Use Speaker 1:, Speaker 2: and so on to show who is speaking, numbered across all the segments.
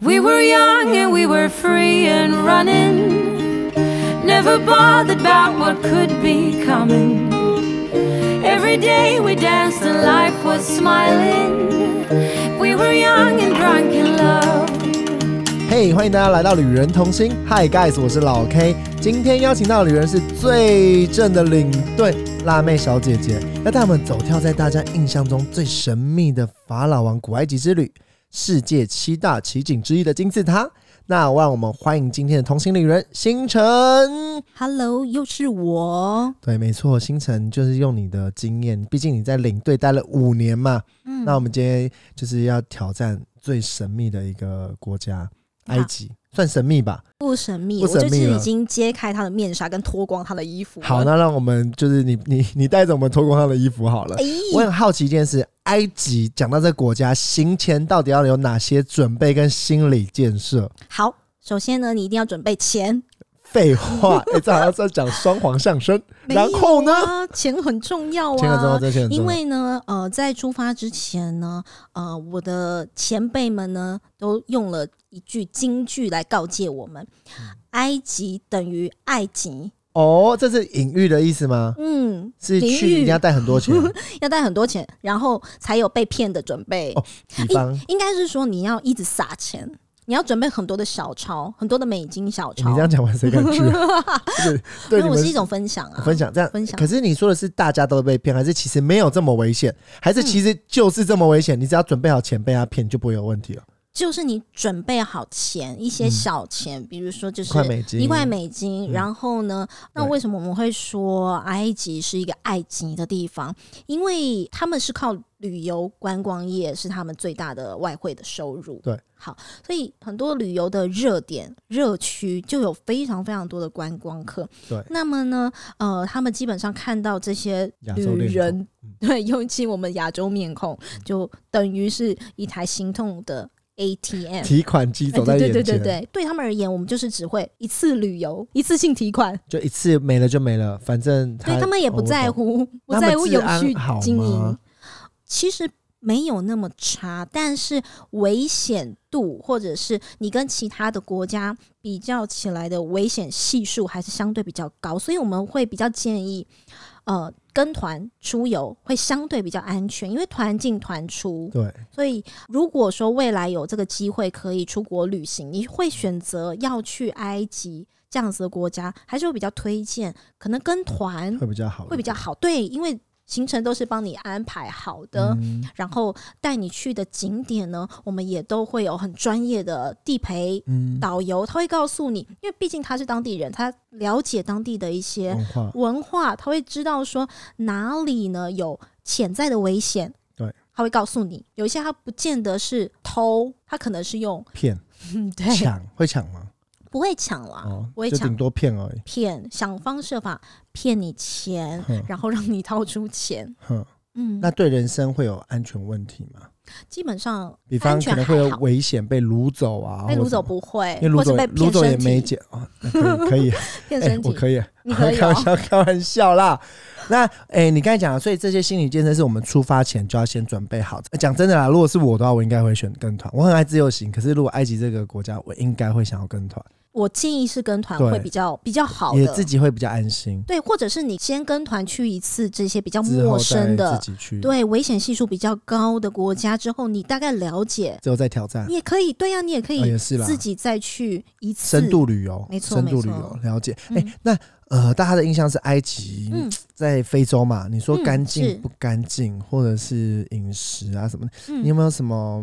Speaker 1: We were young and we were free and running. Never bothered about what could be coming. Every day we danced and life was smiling. We were young and drunk in love.
Speaker 2: 嘿欢迎大家来到《旅人同心》。Hi guys，我是老 K。今天邀请到的旅人是最正的领队辣妹小姐姐，要带我们走跳在大家印象中最神秘的法老王古埃及之旅，世界七大奇景之一的金字塔。那让我们欢迎今天的同行旅人星辰。
Speaker 3: Hello，又是我。
Speaker 2: 对，没错，星辰就是用你的经验，毕竟你在领队待了五年嘛。
Speaker 3: 嗯
Speaker 2: 那我们今天就是要挑战最神秘的一个国家——埃
Speaker 3: 好
Speaker 2: 及，算神秘吧。
Speaker 3: 不神秘，
Speaker 2: 不神秘
Speaker 3: 我就是
Speaker 2: 了
Speaker 3: 已经揭开他的面纱，跟脱光他的衣服了。
Speaker 2: 好，那让我们就是你你你带着我们脱光他的衣服好了
Speaker 3: 哎。，
Speaker 2: 我很好奇一件事，埃及讲到这个国家行前到底要有哪些准备跟心理建设？
Speaker 3: 好，首先呢，你一定要准备钱。
Speaker 2: 废 话，哎、这好像在讲双簧相声。
Speaker 3: 没有
Speaker 2: 然后呢？
Speaker 3: 啊，钱很重要
Speaker 2: 签了之后，
Speaker 3: 啊。
Speaker 2: 这些很重要
Speaker 3: 因为呢，呃，在出发之前呢，呃，我的前辈们呢都用了一句金句来告诫我们：
Speaker 2: 嗯
Speaker 3: 埃及等于爱及，
Speaker 2: 哦，这是隐喻的意思吗？
Speaker 3: 嗯，
Speaker 2: 是
Speaker 3: 隐
Speaker 2: 去一定
Speaker 3: 喻
Speaker 2: 要带很多钱，
Speaker 3: 要带很多钱，然后才有被骗的准备。
Speaker 2: 哦比方
Speaker 3: 应该是说你要一直撒钱，你要准备很多的小钞，很多的美金小
Speaker 2: 你
Speaker 3: 钞。
Speaker 2: 这样讲完谁敢去、 啊？对对，
Speaker 3: 因
Speaker 2: 你
Speaker 3: 为我
Speaker 2: 们
Speaker 3: 是一种分享啊，
Speaker 2: 分享这样
Speaker 3: 分享嗯
Speaker 2: 可是你说的是大家都被骗，还是其实没有这么危险？还是其实就是这么危险？你只要准备好钱被他骗，就不会有问题了。
Speaker 3: 就是你准备好钱，一些
Speaker 2: 嗯
Speaker 3: 小钱，比如说就是
Speaker 2: 一块美金
Speaker 3: 一块美
Speaker 2: 嗯
Speaker 3: 金。然后呢，那
Speaker 2: 对
Speaker 3: 为什么我们会说埃及是一个爱及的地方？因为他们是靠旅游观光业是他们最大的外汇的收入。
Speaker 2: 对，
Speaker 3: 好，所以很多旅游的热点热区就有非常非常多的观光客。
Speaker 2: 对
Speaker 3: 那么呢，呃，他们基本上看到这些
Speaker 2: 亚洲脸孔嗯
Speaker 3: 旅人，对，尤其我们亚洲面孔，就等于是一台心痛的 ATM。
Speaker 2: 提款机
Speaker 3: 哎
Speaker 2: 走在眼
Speaker 3: 对
Speaker 2: 前，
Speaker 3: 对对对对，对他们而言，我们就是只会一次旅游，一次性提款，
Speaker 2: 就一次没了就没了，反正
Speaker 3: 对他们也不在。
Speaker 2: 哦
Speaker 3: 乎，不
Speaker 2: 那他们
Speaker 3: 在乎
Speaker 2: 治
Speaker 3: 有
Speaker 2: 安
Speaker 3: 序
Speaker 2: 好
Speaker 3: 经营
Speaker 2: 吗。
Speaker 3: 其实没有那么差，但是危险度或者是你跟其他的国家比较起来的危险系数还是相对比较高，所以我们会比较建议，呃，跟团出游会相对比较安全，因为团进团出。
Speaker 2: 我懂对，
Speaker 3: 所以，如果说未来有这个机会可以出国旅行，你会选择要去埃及这样子的国家，还是会比较推荐可能跟团
Speaker 2: 会比较好一点，
Speaker 3: 会比较好？对，因为行程都是帮你安排好的，
Speaker 2: 嗯
Speaker 3: 然后带你去的景点呢，我们也都会有很专业的地陪
Speaker 2: 嗯，
Speaker 3: 导游，他会告诉你，因为毕竟他是当地人，他了解当地的一些
Speaker 2: 文化
Speaker 3: 文化，他会知道说哪里呢有潜在的危险，
Speaker 2: 对，
Speaker 3: 他会告诉你，有一些他不见得是偷，他可能 是用，
Speaker 2: 骗
Speaker 3: 嗯， 对，
Speaker 2: 抢会抢吗？
Speaker 3: 不会抢啦，
Speaker 2: 哦，
Speaker 3: 不会
Speaker 2: 就顶
Speaker 3: 哎抢。
Speaker 2: 多骗而已。
Speaker 3: 骗，想方设法骗你钱
Speaker 2: 嗯，
Speaker 3: 然后让你掏出钱。
Speaker 2: 哼，
Speaker 3: 嗯，
Speaker 2: 那对人生会有安全问题吗？
Speaker 3: 基本上
Speaker 2: 比方
Speaker 3: 安全
Speaker 2: 可能会有
Speaker 3: 还好
Speaker 2: 危险被掳走啊，
Speaker 3: 被
Speaker 2: 或
Speaker 3: 掳
Speaker 2: 者
Speaker 3: 走不会
Speaker 2: 因为，
Speaker 3: 或
Speaker 2: 卢
Speaker 3: 是
Speaker 2: 总
Speaker 3: 被
Speaker 2: 卢
Speaker 3: 骗
Speaker 2: 总也
Speaker 3: 身
Speaker 2: 没
Speaker 3: 体，
Speaker 2: 解哦，那可以可以，
Speaker 3: 骗
Speaker 2: 哎、
Speaker 3: 身体
Speaker 2: 我，可以，
Speaker 3: 你可 以
Speaker 2: 开玩
Speaker 3: 哦。
Speaker 2: 笑，开玩笑啦。那哎、你刚才讲了，所以这些心理建设是我们出发前就要先准备好的。呃讲真的啦，如果是我的话，我应该会选跟团。我很爱自由行，可是如果埃及这个国家，我应该会想要跟团，
Speaker 3: 我建议是跟团
Speaker 2: 对
Speaker 3: 会比较比较好
Speaker 2: 也
Speaker 3: 的，
Speaker 2: 自己会比较安心。
Speaker 3: 对，或者是你先跟团去一次这些比较
Speaker 2: 之后
Speaker 3: 哦陌
Speaker 2: 再
Speaker 3: 生的
Speaker 2: 自己去，，
Speaker 3: 对危险系数比较高的国家之后，你大概了解，
Speaker 2: 之后再挑战
Speaker 3: 你，也可以对呀、啊你也可
Speaker 2: 嗯哦也
Speaker 3: 以
Speaker 2: 是啦
Speaker 3: 自己再去一次。
Speaker 2: 深度旅游，
Speaker 3: 没错
Speaker 2: 深度
Speaker 3: 没
Speaker 2: 旅
Speaker 3: 错
Speaker 2: 游了解。哎、
Speaker 3: 嗯
Speaker 2: 那呃，大家的印象是埃及。
Speaker 3: 嗯，
Speaker 2: 在非洲嘛，你说
Speaker 3: 嗯
Speaker 2: 干
Speaker 3: 是
Speaker 2: 净不干净，或者是饮食啊什么的，
Speaker 3: 嗯
Speaker 2: 你有没有什么？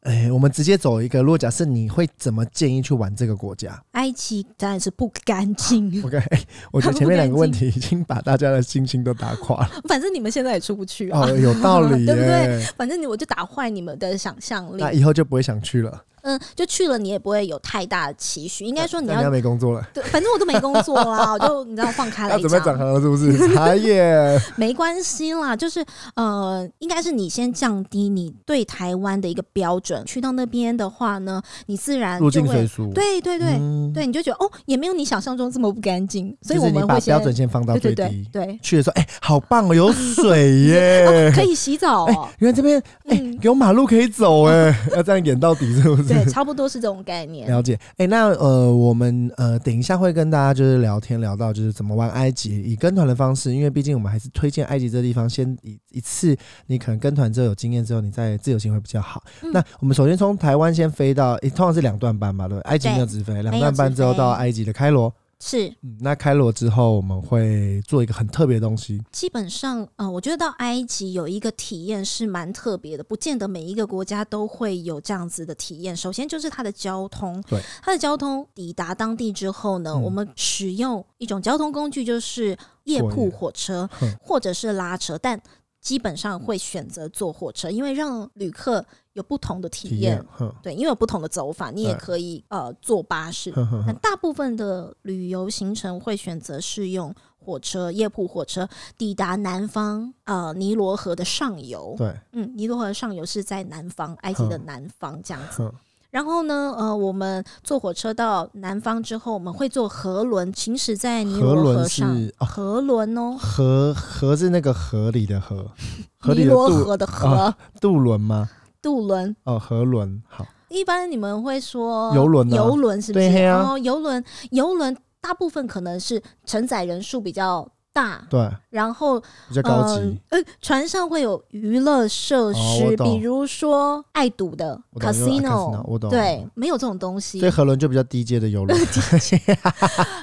Speaker 2: 哎，我们直接走一个。如果假设你会怎么建议去玩这个国 家？
Speaker 3: 埃及当然是不干净，
Speaker 2: 我看，哎我觉得前面两个问题已经把大家的心情都打垮 了。
Speaker 3: 反正你们现在也出不去啊，
Speaker 2: 哦，有道理
Speaker 3: 对不
Speaker 2: 耶。
Speaker 3: 反正你我就打坏你们的想象力
Speaker 2: 那。以后就不会想去了。
Speaker 3: 嗯，就去了你也不会有太大的期许，应该说你
Speaker 2: 那你
Speaker 3: 要
Speaker 2: 要没工作了，啊
Speaker 3: 对，反正我都没工作啦， 我就你知道放开
Speaker 2: 要
Speaker 3: 来
Speaker 2: 准备转
Speaker 3: 讲，
Speaker 2: 行了是不 是？茶叶，
Speaker 3: 没关系啦。就是呃，应该是你先降低你对台湾的一个标准，去到那边的话呢，你自然
Speaker 2: 入
Speaker 3: 就
Speaker 2: 境
Speaker 3: 会
Speaker 2: 随俗。
Speaker 3: 对对对、
Speaker 2: 嗯，
Speaker 3: 对，你就觉得哦，也没有你想象中这么不干净，所以
Speaker 2: 就
Speaker 3: 我
Speaker 2: 是你
Speaker 3: 们
Speaker 2: 把
Speaker 3: 会
Speaker 2: 标
Speaker 3: 先
Speaker 2: 准先放到
Speaker 3: 对
Speaker 2: 最
Speaker 3: 对
Speaker 2: 低
Speaker 3: 对。对，
Speaker 2: 去的时候，哎，好棒哦，有水耶！
Speaker 3: 可以洗澡、哦
Speaker 2: 原来这边哎
Speaker 3: 嗯，
Speaker 2: 有马路可以走哎，要这样演到底是不是？
Speaker 3: 对，差不多是这种概念。
Speaker 2: 了解，哎、那呃，我们呃，等一下会跟大家就是聊天聊到就是怎么玩埃及，以跟团的方式，因为毕竟我们还是推荐埃及这地方，先一一次，你可能跟团之后有经验之后，你再自由行会比较好。
Speaker 3: 嗯
Speaker 2: 那我们首先从台湾先飞到，诶通常是两段班吧，对不对，埃及没有直飞，两段班之后到埃及的开罗，
Speaker 3: 是，
Speaker 2: 嗯，那开罗之后我们会做一个很特别的东西，
Speaker 3: 基本上，呃，我觉得到埃及有一个体验是蛮特别的，不见得每一个国家都会有这样子的体验。首先就是它的交通，
Speaker 2: 对
Speaker 3: 它的交通抵达当地之后呢，
Speaker 2: 嗯
Speaker 3: 我们使用一种交通工具，就是夜
Speaker 2: 火
Speaker 3: 铺
Speaker 2: 夜
Speaker 3: 火车
Speaker 2: 哼
Speaker 3: 或者是拉车，但基本上会选择坐火车，因为让旅客有不同的体
Speaker 2: 体
Speaker 3: 验
Speaker 2: 验，。哼
Speaker 3: 对，因为有不同的走法，你也
Speaker 2: 对
Speaker 3: 可以呃坐巴士，
Speaker 2: 哼哼
Speaker 3: 那
Speaker 2: 哼，
Speaker 3: 大部分的旅游行程会选择是用火车、夜铺火车抵达南方，呃，尼罗河的上游。
Speaker 2: 对，嗯
Speaker 3: 嗯，尼罗河上游是在南方，埃及的南方这样子。
Speaker 2: 哼
Speaker 3: 然后呢，呃，我们坐火车到南方之后，我们会坐河轮行驶在尼罗
Speaker 2: 河
Speaker 3: 河
Speaker 2: 轮
Speaker 3: 上
Speaker 2: 是。哦
Speaker 3: 河轮哦，
Speaker 2: 河河是那个河里的河，河
Speaker 3: 尼
Speaker 2: 里的
Speaker 3: 罗
Speaker 2: 渡
Speaker 3: 河的河、
Speaker 2: 啊渡轮吗？
Speaker 3: 渡轮。
Speaker 2: 哦，河轮好。
Speaker 3: 一般你们会说
Speaker 2: 邮轮啊
Speaker 3: 游轮是不是？
Speaker 2: 对嘿啊
Speaker 3: 然后游轮，游轮大部分可能是承载人数比较大，
Speaker 2: 对，
Speaker 3: 然后
Speaker 2: 比较高级。
Speaker 3: 嗯呃，船上会有娱乐设
Speaker 2: 哦
Speaker 3: 施，
Speaker 2: 我懂
Speaker 3: 比如说爱赌的
Speaker 2: 我懂因为 casino，我懂
Speaker 3: 对，没有这种东西
Speaker 2: 所以。河轮就比较低阶的游 轮，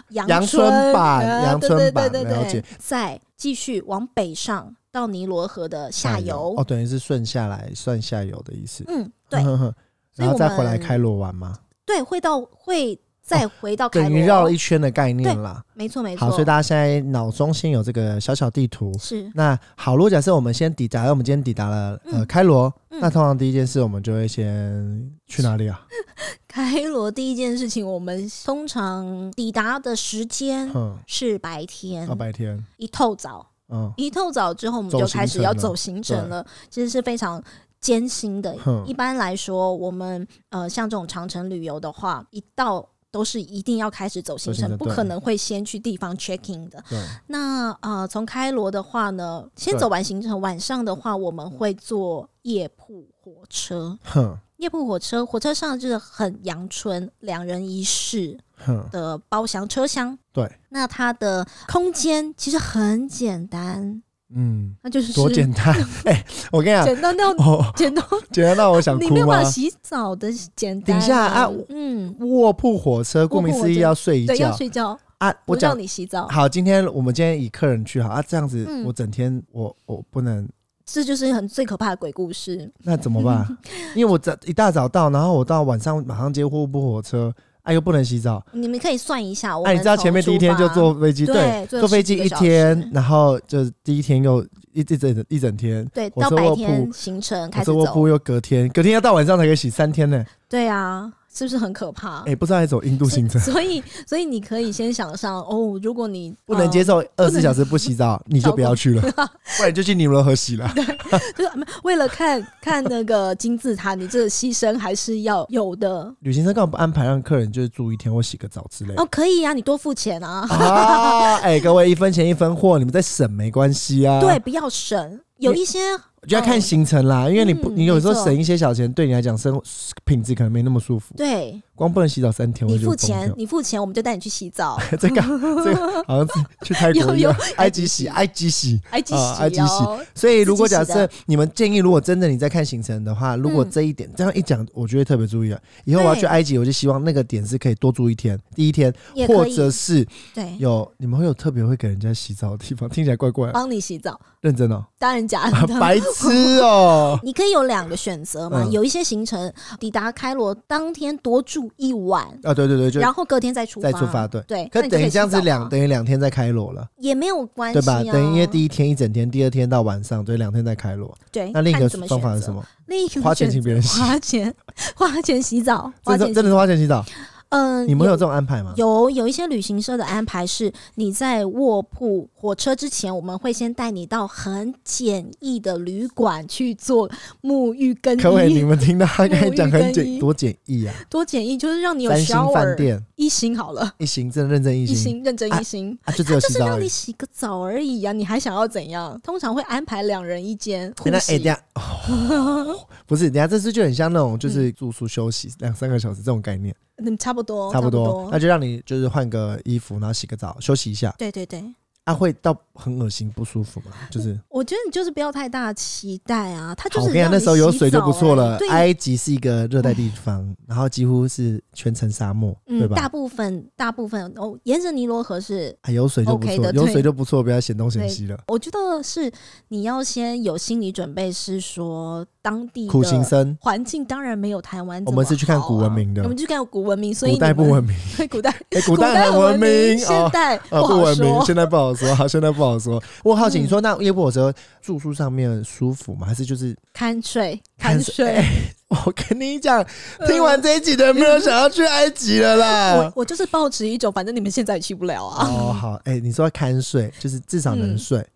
Speaker 2: 阳
Speaker 3: 春
Speaker 2: 春版
Speaker 3: 呃
Speaker 2: 阳
Speaker 3: 对
Speaker 2: 春
Speaker 3: 对
Speaker 2: 版
Speaker 3: 对对
Speaker 2: 了
Speaker 3: 对
Speaker 2: 解
Speaker 3: 再继续往北上到尼罗河的
Speaker 2: 下
Speaker 3: 下游
Speaker 2: 哦，，等于是顺下来算下游的意思。
Speaker 3: 嗯，对
Speaker 2: 哼哼
Speaker 3: 所
Speaker 2: 然
Speaker 3: 以
Speaker 2: 后
Speaker 3: 我
Speaker 2: 再
Speaker 3: 们
Speaker 2: 回来开罗玩嘛，
Speaker 3: 对，会到会再回到开
Speaker 2: 等
Speaker 3: 罗，
Speaker 2: 于哦绕了一圈的概念啦。
Speaker 3: 没错没错，
Speaker 2: 好，所以大家现在脑中先有这个小小地图。
Speaker 3: 是
Speaker 2: 那好，如果假设我们先抵达，我们今天抵达了呃
Speaker 3: 嗯
Speaker 2: 开罗，
Speaker 3: 嗯
Speaker 2: 那通常第一件事我们就会先去哪里啊？
Speaker 3: 开罗第一件事情，我们通常抵达的时间
Speaker 2: 嗯，
Speaker 3: 是白天，
Speaker 2: 到白天，
Speaker 3: 一透早，
Speaker 2: 嗯，
Speaker 3: 一透早之后，我们
Speaker 2: 走
Speaker 3: 就
Speaker 2: 行
Speaker 3: 开始
Speaker 2: 程
Speaker 3: 要
Speaker 2: 了
Speaker 3: 走行程了，其实是非常艰辛的。
Speaker 2: 哼
Speaker 3: 一般来说，我们呃像这种长程旅游的话，一到都是一定要开始走行
Speaker 2: 走行
Speaker 3: 程，
Speaker 2: 程
Speaker 3: 不
Speaker 2: 对
Speaker 3: 可能会先去地方 check in 的。
Speaker 2: 对，
Speaker 3: 那呃，从开罗的话呢，先
Speaker 2: 对
Speaker 3: 走完行程，晚上的话我们会坐夜铺火车。
Speaker 2: 哼
Speaker 3: 夜铺火车，火车上就是很阳春，两人一室
Speaker 2: 哼，
Speaker 3: 的包厢车厢。
Speaker 2: 对，
Speaker 3: 那它的空间其实很简单，
Speaker 2: 嗯，
Speaker 3: 那就是
Speaker 2: 多简 单。哎，我跟你讲，
Speaker 3: 简单到
Speaker 2: 哦，
Speaker 3: 简单，
Speaker 2: 简单到我 想
Speaker 3: 你
Speaker 2: 哭
Speaker 3: 没有
Speaker 2: 吗
Speaker 3: 办法？洗澡的简单。
Speaker 2: 等一下啊
Speaker 3: 嗯，
Speaker 2: 卧铺火车，顾名思义要睡一
Speaker 3: 对，要
Speaker 2: 觉
Speaker 3: 睡觉，
Speaker 2: 啊！
Speaker 3: 不
Speaker 2: 我
Speaker 3: 让
Speaker 2: 讲
Speaker 3: 你洗澡，
Speaker 2: 好，今天我们今天以客人去好啊，这样子
Speaker 3: 嗯
Speaker 2: 我整天我我不能，
Speaker 3: 这就是很最可怕的鬼故事。
Speaker 2: 那怎么 办？因为我早一大早到，然后我到晚上马上接卧铺火车，哎又不能洗澡，
Speaker 3: 你们可以算一下，我
Speaker 2: 哎
Speaker 3: 们
Speaker 2: 你知道前面第一天就坐飞机，
Speaker 3: 对
Speaker 2: 对，
Speaker 3: 坐
Speaker 2: 坐飞机
Speaker 3: 10个
Speaker 2: 一
Speaker 3: 小
Speaker 2: 天
Speaker 3: 时，
Speaker 2: 然后就第一天又一一整一整天，
Speaker 3: 从对
Speaker 2: 火
Speaker 3: 到
Speaker 2: 车
Speaker 3: 白
Speaker 2: 卧
Speaker 3: 天
Speaker 2: 铺，
Speaker 3: 行程
Speaker 2: 火
Speaker 3: 开始
Speaker 2: 车卧
Speaker 3: 走，
Speaker 2: 铺又隔天，隔天要到晚上才可以洗，三天呢，
Speaker 3: 对啊，是不是很可怕？
Speaker 2: 哎，不知道在走印度行程。
Speaker 3: 所以，所以你可以先想象哦，如果你哦
Speaker 2: 不能接，受二十四小时不洗 澡，你就不要去了，不然你就去尼罗河洗了。
Speaker 3: 呃就是为了看看那个金字塔，你这个牺牲还是要有的
Speaker 2: 旅行社干嘛不安排让客人就是住一天或洗个澡之类的？
Speaker 3: 哦。可以啊，你多付钱啊，
Speaker 2: 啊，哎、各位一分钱一分货，你们在省没关系啊。
Speaker 3: 对，，不要省。有一些
Speaker 2: 就要看行程啦，因为你不，
Speaker 3: 嗯
Speaker 2: 你有时候
Speaker 3: 没错
Speaker 2: 省一些小钱，对你来讲生活品质可能没那么舒服。
Speaker 3: 对
Speaker 2: 光不能洗澡三天，我
Speaker 3: 你
Speaker 2: 就
Speaker 3: 付
Speaker 2: 疯掉
Speaker 3: 钱，。你付钱，我们就带你去洗澡，
Speaker 2: 这个这个好像 是去泰国一样
Speaker 3: 有，
Speaker 2: 埃及洗，埃及洗。
Speaker 3: 埃及
Speaker 2: 啊埃及
Speaker 3: 洗哦。
Speaker 2: 所以，如果假
Speaker 3: 自己嗯
Speaker 2: 设你们建议，如果真的你在看行程的话，如果这一点、这样一讲，我觉得特别注意了。以后我要去
Speaker 3: 对
Speaker 2: 埃及，我就希望那个点是可以多住一天，第一天，
Speaker 3: 也
Speaker 2: 或
Speaker 3: 可以
Speaker 2: 者是
Speaker 3: 对，
Speaker 2: 有你们会有特别会给人家洗澡的地方，听起来怪怪的。
Speaker 3: 帮你洗澡，
Speaker 2: 认真 哦，
Speaker 3: 当然假
Speaker 2: 啊
Speaker 3: 哦的。，
Speaker 2: 白痴哦
Speaker 3: 你可以有两个选择嘛，
Speaker 2: 嗯
Speaker 3: 有一些行程抵达开罗当天多住一晚，
Speaker 2: 啊，对对对，就
Speaker 3: 然后隔天再出发。
Speaker 2: 再出发，对。
Speaker 3: 对，
Speaker 2: 可
Speaker 3: 那你就
Speaker 2: 等
Speaker 3: 可
Speaker 2: 于
Speaker 3: 以
Speaker 2: 这样子
Speaker 3: 洗澡
Speaker 2: 两
Speaker 3: 嘛
Speaker 2: 等于两天在开罗了，
Speaker 3: 也没有关系
Speaker 2: 对
Speaker 3: 啊，
Speaker 2: 吧？等于因为第一天一整天，第二天到晚上，对，两天在开罗。
Speaker 3: 对，
Speaker 2: 那另一
Speaker 3: 哎看
Speaker 2: 个
Speaker 3: 你怎么
Speaker 2: 方法是
Speaker 3: 选择
Speaker 2: 什？么？
Speaker 3: 另一个
Speaker 2: 花钱
Speaker 3: 选
Speaker 2: 请别人洗
Speaker 3: 花钱花钱洗澡，花
Speaker 2: 真的
Speaker 3: 钱洗
Speaker 2: 真的是花钱洗澡
Speaker 3: 嗯，
Speaker 2: 你们有这种安排吗？
Speaker 3: 有有一些旅行社的安排是，你在卧铺火车之前，我们会先带你到很简易的旅馆去做沐浴更
Speaker 2: 可伟，你
Speaker 3: 衣，
Speaker 2: 们听到他刚才讲很
Speaker 3: 沐浴更
Speaker 2: 简
Speaker 3: 衣
Speaker 2: 多简易啊！
Speaker 3: 多简易就是让你有
Speaker 2: 三星
Speaker 3: shower，
Speaker 2: 饭店
Speaker 3: 一星好了，
Speaker 2: 一行，真的认真一
Speaker 3: 一
Speaker 2: 行
Speaker 3: 星认真一星，
Speaker 2: 啊，就只有
Speaker 3: 就
Speaker 2: 洗
Speaker 3: 是
Speaker 2: 澡
Speaker 3: 让
Speaker 2: 而
Speaker 3: 你
Speaker 2: 已。
Speaker 3: 洗个澡而已啊，你还想要怎样？通常会安排两人一间
Speaker 2: 哎那哎，
Speaker 3: 互
Speaker 2: 等一
Speaker 3: 洗，
Speaker 2: 下哦不是，等一下这次就很像那种就是住宿休息两三个小时这种概念，
Speaker 3: 嗯，差不多，
Speaker 2: 差
Speaker 3: 不
Speaker 2: 不多。那就让你就是换个衣服，然后洗个澡，休息一下。
Speaker 3: 对对对。
Speaker 2: 啊，会到很恶心不舒服 吗？就是
Speaker 3: 我觉得你就是不要太大的期待啊，他就
Speaker 2: 好，我
Speaker 3: 是
Speaker 2: 跟你讲，
Speaker 3: 让
Speaker 2: 那时候有水就
Speaker 3: 洗澡啊
Speaker 2: 不错了哎
Speaker 3: 而已对，。
Speaker 2: 埃及是一个热带地方，然后几乎是全程沙漠，对
Speaker 3: 嗯，
Speaker 2: 吧？
Speaker 3: 大部分大部分哦，沿着尼罗河是
Speaker 2: 啊，有水就不
Speaker 3: OK
Speaker 2: 错，
Speaker 3: 的
Speaker 2: 有
Speaker 3: 对
Speaker 2: 水就不错，不要嫌东嫌
Speaker 3: 对
Speaker 2: 西了。
Speaker 3: 我觉得是你要先有心理准备，是说当地
Speaker 2: 苦行
Speaker 3: 的
Speaker 2: 僧，
Speaker 3: 环境当然没有台湾这
Speaker 2: 我
Speaker 3: 么好啊、
Speaker 2: 们是去看古文明的
Speaker 3: 我们去看古文明，所以
Speaker 2: 古代
Speaker 3: 你们
Speaker 2: 不文 明，
Speaker 3: 对古代
Speaker 2: 哎， 古
Speaker 3: 古
Speaker 2: 代很
Speaker 3: 很
Speaker 2: 文
Speaker 3: 明，
Speaker 2: 明哦
Speaker 3: 现。代
Speaker 2: 呃，
Speaker 3: 好
Speaker 2: 不文明，
Speaker 3: 说。
Speaker 2: 现在不好说，好，现在不好说。我好奇，
Speaker 3: 嗯
Speaker 2: 你说那夜泊火车住宿上面舒服吗？还是就是
Speaker 3: 看水，
Speaker 2: 看
Speaker 3: 看
Speaker 2: 水
Speaker 3: 水，
Speaker 2: 我跟你讲，
Speaker 3: 呃
Speaker 2: 听完这一集的没有想要去埃及了
Speaker 3: 我
Speaker 2: 啦？
Speaker 3: 我就是抱持一种，反正你们现在也去不了啊。
Speaker 2: 哦，好，哎，你说看睡，就是至少能
Speaker 3: 嗯
Speaker 2: 睡，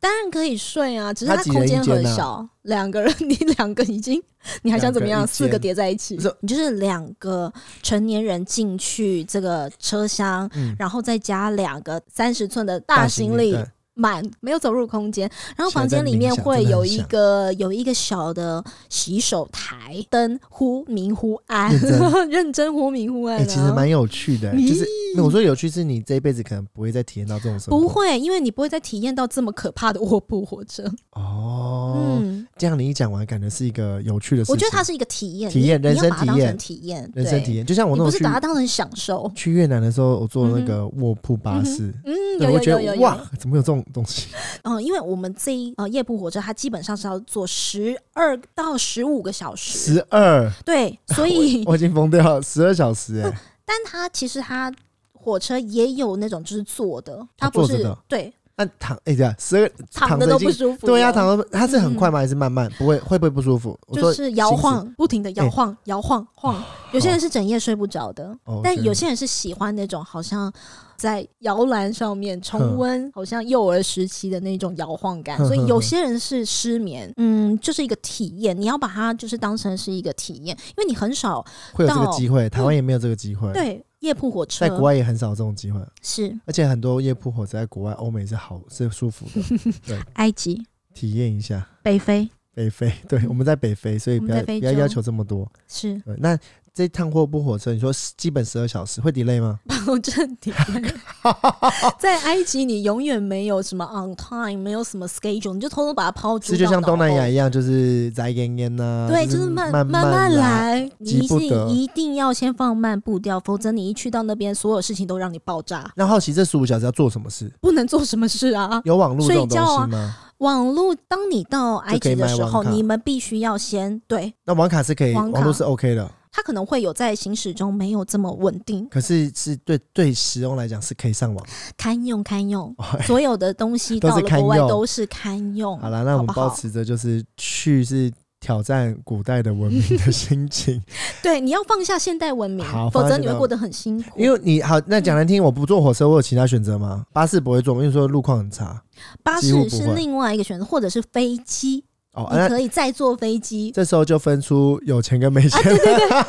Speaker 3: 当然可以睡啊，只是
Speaker 2: 他
Speaker 3: 它
Speaker 2: 几
Speaker 3: 空
Speaker 2: 人一
Speaker 3: 间很
Speaker 2: 间啊
Speaker 3: 小，两个人， 你两个已经，你还想怎么
Speaker 2: 两
Speaker 3: 样？
Speaker 2: 个一
Speaker 3: 四个
Speaker 2: 间
Speaker 3: 叠在一起
Speaker 2: 不是，
Speaker 3: 你就是两个成年人进去这个车厢，
Speaker 2: 嗯
Speaker 3: 然后再加两个三十寸的大行李
Speaker 2: 对
Speaker 3: 满，没有走入空间。然后
Speaker 2: 现在
Speaker 3: 房间
Speaker 2: 在
Speaker 3: 里面
Speaker 2: 冥想
Speaker 3: 会
Speaker 2: 真的
Speaker 3: 有
Speaker 2: 很
Speaker 3: 一
Speaker 2: 想
Speaker 3: 个有一个小的洗手台，灯忽明忽暗，
Speaker 2: 认真
Speaker 3: 认真忽明忽暗、
Speaker 2: 哎、
Speaker 3: 啊。
Speaker 2: 其实蛮有趣的、
Speaker 3: 咦
Speaker 2: 就是那我说有趣是你这一辈子可能不会再体验到这种生活，
Speaker 3: 不会，因为你不会再体验到这么可怕的卧铺火车。
Speaker 2: 哦。
Speaker 3: 嗯，
Speaker 2: 这样你一讲完，感觉是一个有趣的事情。
Speaker 3: 我觉得它是一个体验，
Speaker 2: 体
Speaker 3: 你
Speaker 2: 验
Speaker 3: 你
Speaker 2: 人
Speaker 3: 要
Speaker 2: 生
Speaker 3: 把它
Speaker 2: 体
Speaker 3: 当
Speaker 2: 验
Speaker 3: 成体验，
Speaker 2: 人生
Speaker 3: 对
Speaker 2: 体验，就像我
Speaker 3: 你
Speaker 2: 那
Speaker 3: 不
Speaker 2: 种
Speaker 3: 是
Speaker 2: 去
Speaker 3: 把它当成享受。
Speaker 2: 去越南的时候，我坐那个卧铺巴士，
Speaker 3: 嗯，
Speaker 2: 对，
Speaker 3: 有
Speaker 2: 我
Speaker 3: 有
Speaker 2: 觉
Speaker 3: 有
Speaker 2: 得
Speaker 3: 有有
Speaker 2: 哇，，怎么有这种东 西？
Speaker 3: 嗯，因为我们这一呃夜铺火车，它基本上是要坐十二到十五个小时，
Speaker 2: 十二，
Speaker 3: 对，所以
Speaker 2: 我已经疯掉了，十二小时哎、
Speaker 3: 但它其实它火车也有那种就是坐的，它
Speaker 2: 哦
Speaker 3: 不
Speaker 2: 坐
Speaker 3: 是
Speaker 2: 着的
Speaker 3: 对
Speaker 2: 那躺哎呀，十二
Speaker 3: 躺
Speaker 2: 着
Speaker 3: 的都
Speaker 2: 已
Speaker 3: 不
Speaker 2: 经
Speaker 3: 舒服了。
Speaker 2: 对啊呀、躺着它是很
Speaker 3: 嗯
Speaker 2: 快吗？还是慢慢？不会会不会不舒服？我
Speaker 3: 就
Speaker 2: 说
Speaker 3: 是摇
Speaker 2: 行驶哎
Speaker 3: 晃，不停的摇晃摇晃晃。有些人是整夜睡不着的，
Speaker 2: 哦
Speaker 3: 但
Speaker 2: ，OK
Speaker 3: 有些人是喜欢那种好像在摇篮上面重
Speaker 2: 哼
Speaker 3: 温，好像幼儿时期的那种摇晃感，
Speaker 2: 哼
Speaker 3: 所以
Speaker 2: 哼
Speaker 3: 有
Speaker 2: 哼
Speaker 3: 些人是失眠，嗯，就是一个体验，你要把它就是当成是一个体验，因为你很少
Speaker 2: 会有这个
Speaker 3: 到
Speaker 2: 机会，台湾也没有这个机会，，
Speaker 3: 对夜铺火车
Speaker 2: 在国外也很少有这种机会。
Speaker 3: 是
Speaker 2: 而且很多夜铺火车在国外、欧美是好是舒服 的，
Speaker 3: 埃及、
Speaker 2: 体验一下
Speaker 3: 北非
Speaker 2: 北非。 对，我们在北非，所以
Speaker 3: 我
Speaker 2: 不
Speaker 3: 们
Speaker 2: 要
Speaker 3: 在非
Speaker 2: 不
Speaker 3: 洲
Speaker 2: 要要求这么多。
Speaker 3: 是
Speaker 2: 对，那这趟货不火车，你说基本十二小时会 delay 吗？
Speaker 3: 保证 体验，在埃及你永远没有什么 on time，没有什么 schedule，你就偷偷把它抛诸
Speaker 2: 是就
Speaker 3: 到
Speaker 2: 像
Speaker 3: 脑
Speaker 2: 东南
Speaker 3: 后
Speaker 2: 亚一样，就是宅烟烟呐，
Speaker 3: 对，就是是慢
Speaker 2: 啊慢
Speaker 3: 慢
Speaker 2: 慢。
Speaker 3: 来，你
Speaker 2: 急
Speaker 3: 一
Speaker 2: 不
Speaker 3: 定
Speaker 2: 得
Speaker 3: 一定要先放慢步调，否则你一去到那边，所有事情都让你爆炸，
Speaker 2: 那好奇这十五小时要做什么事？
Speaker 3: 不能做什么事啊。
Speaker 2: 有网络这种
Speaker 3: 睡觉
Speaker 2: 东
Speaker 3: 啊
Speaker 2: 西吗？
Speaker 3: 网络，当你到埃及的时
Speaker 2: 就可以买
Speaker 3: 候，
Speaker 2: 网卡
Speaker 3: 你们必须要先对。
Speaker 2: 那网卡是可以，
Speaker 3: 网卡
Speaker 2: 网络是 OK 的，
Speaker 3: 它可能会有在行驶中没有这么稳定，
Speaker 2: 可是是对对使用来讲是可以上网。
Speaker 3: 堪用 堪用，
Speaker 2: 哎
Speaker 3: 所有的东西
Speaker 2: 都
Speaker 3: 到
Speaker 2: 是
Speaker 3: 了
Speaker 2: 堪
Speaker 3: 国外
Speaker 2: 用
Speaker 3: 都是堪用。
Speaker 2: 好啦，那我们
Speaker 3: 好不好
Speaker 2: 保持着就是去是挑战古代的文明的心情。
Speaker 3: 对，你要放下现代文明
Speaker 2: 好，
Speaker 3: 否
Speaker 2: 放下
Speaker 3: 则
Speaker 2: 现
Speaker 3: 你
Speaker 2: 代
Speaker 3: 会
Speaker 2: 文
Speaker 3: 过得很辛苦。
Speaker 2: 因为你好，那讲难听，我不坐火车，我有其他选择吗？巴士不会坐吗，因为说路况很差。
Speaker 3: 巴
Speaker 2: 几乎
Speaker 3: 士
Speaker 2: 不
Speaker 3: 是
Speaker 2: 会
Speaker 3: 另外一个选择，或者是飞机，
Speaker 2: 哦，
Speaker 3: 你
Speaker 2: 那
Speaker 3: 可以再坐飞机。
Speaker 2: 这时候就分出有钱跟没钱。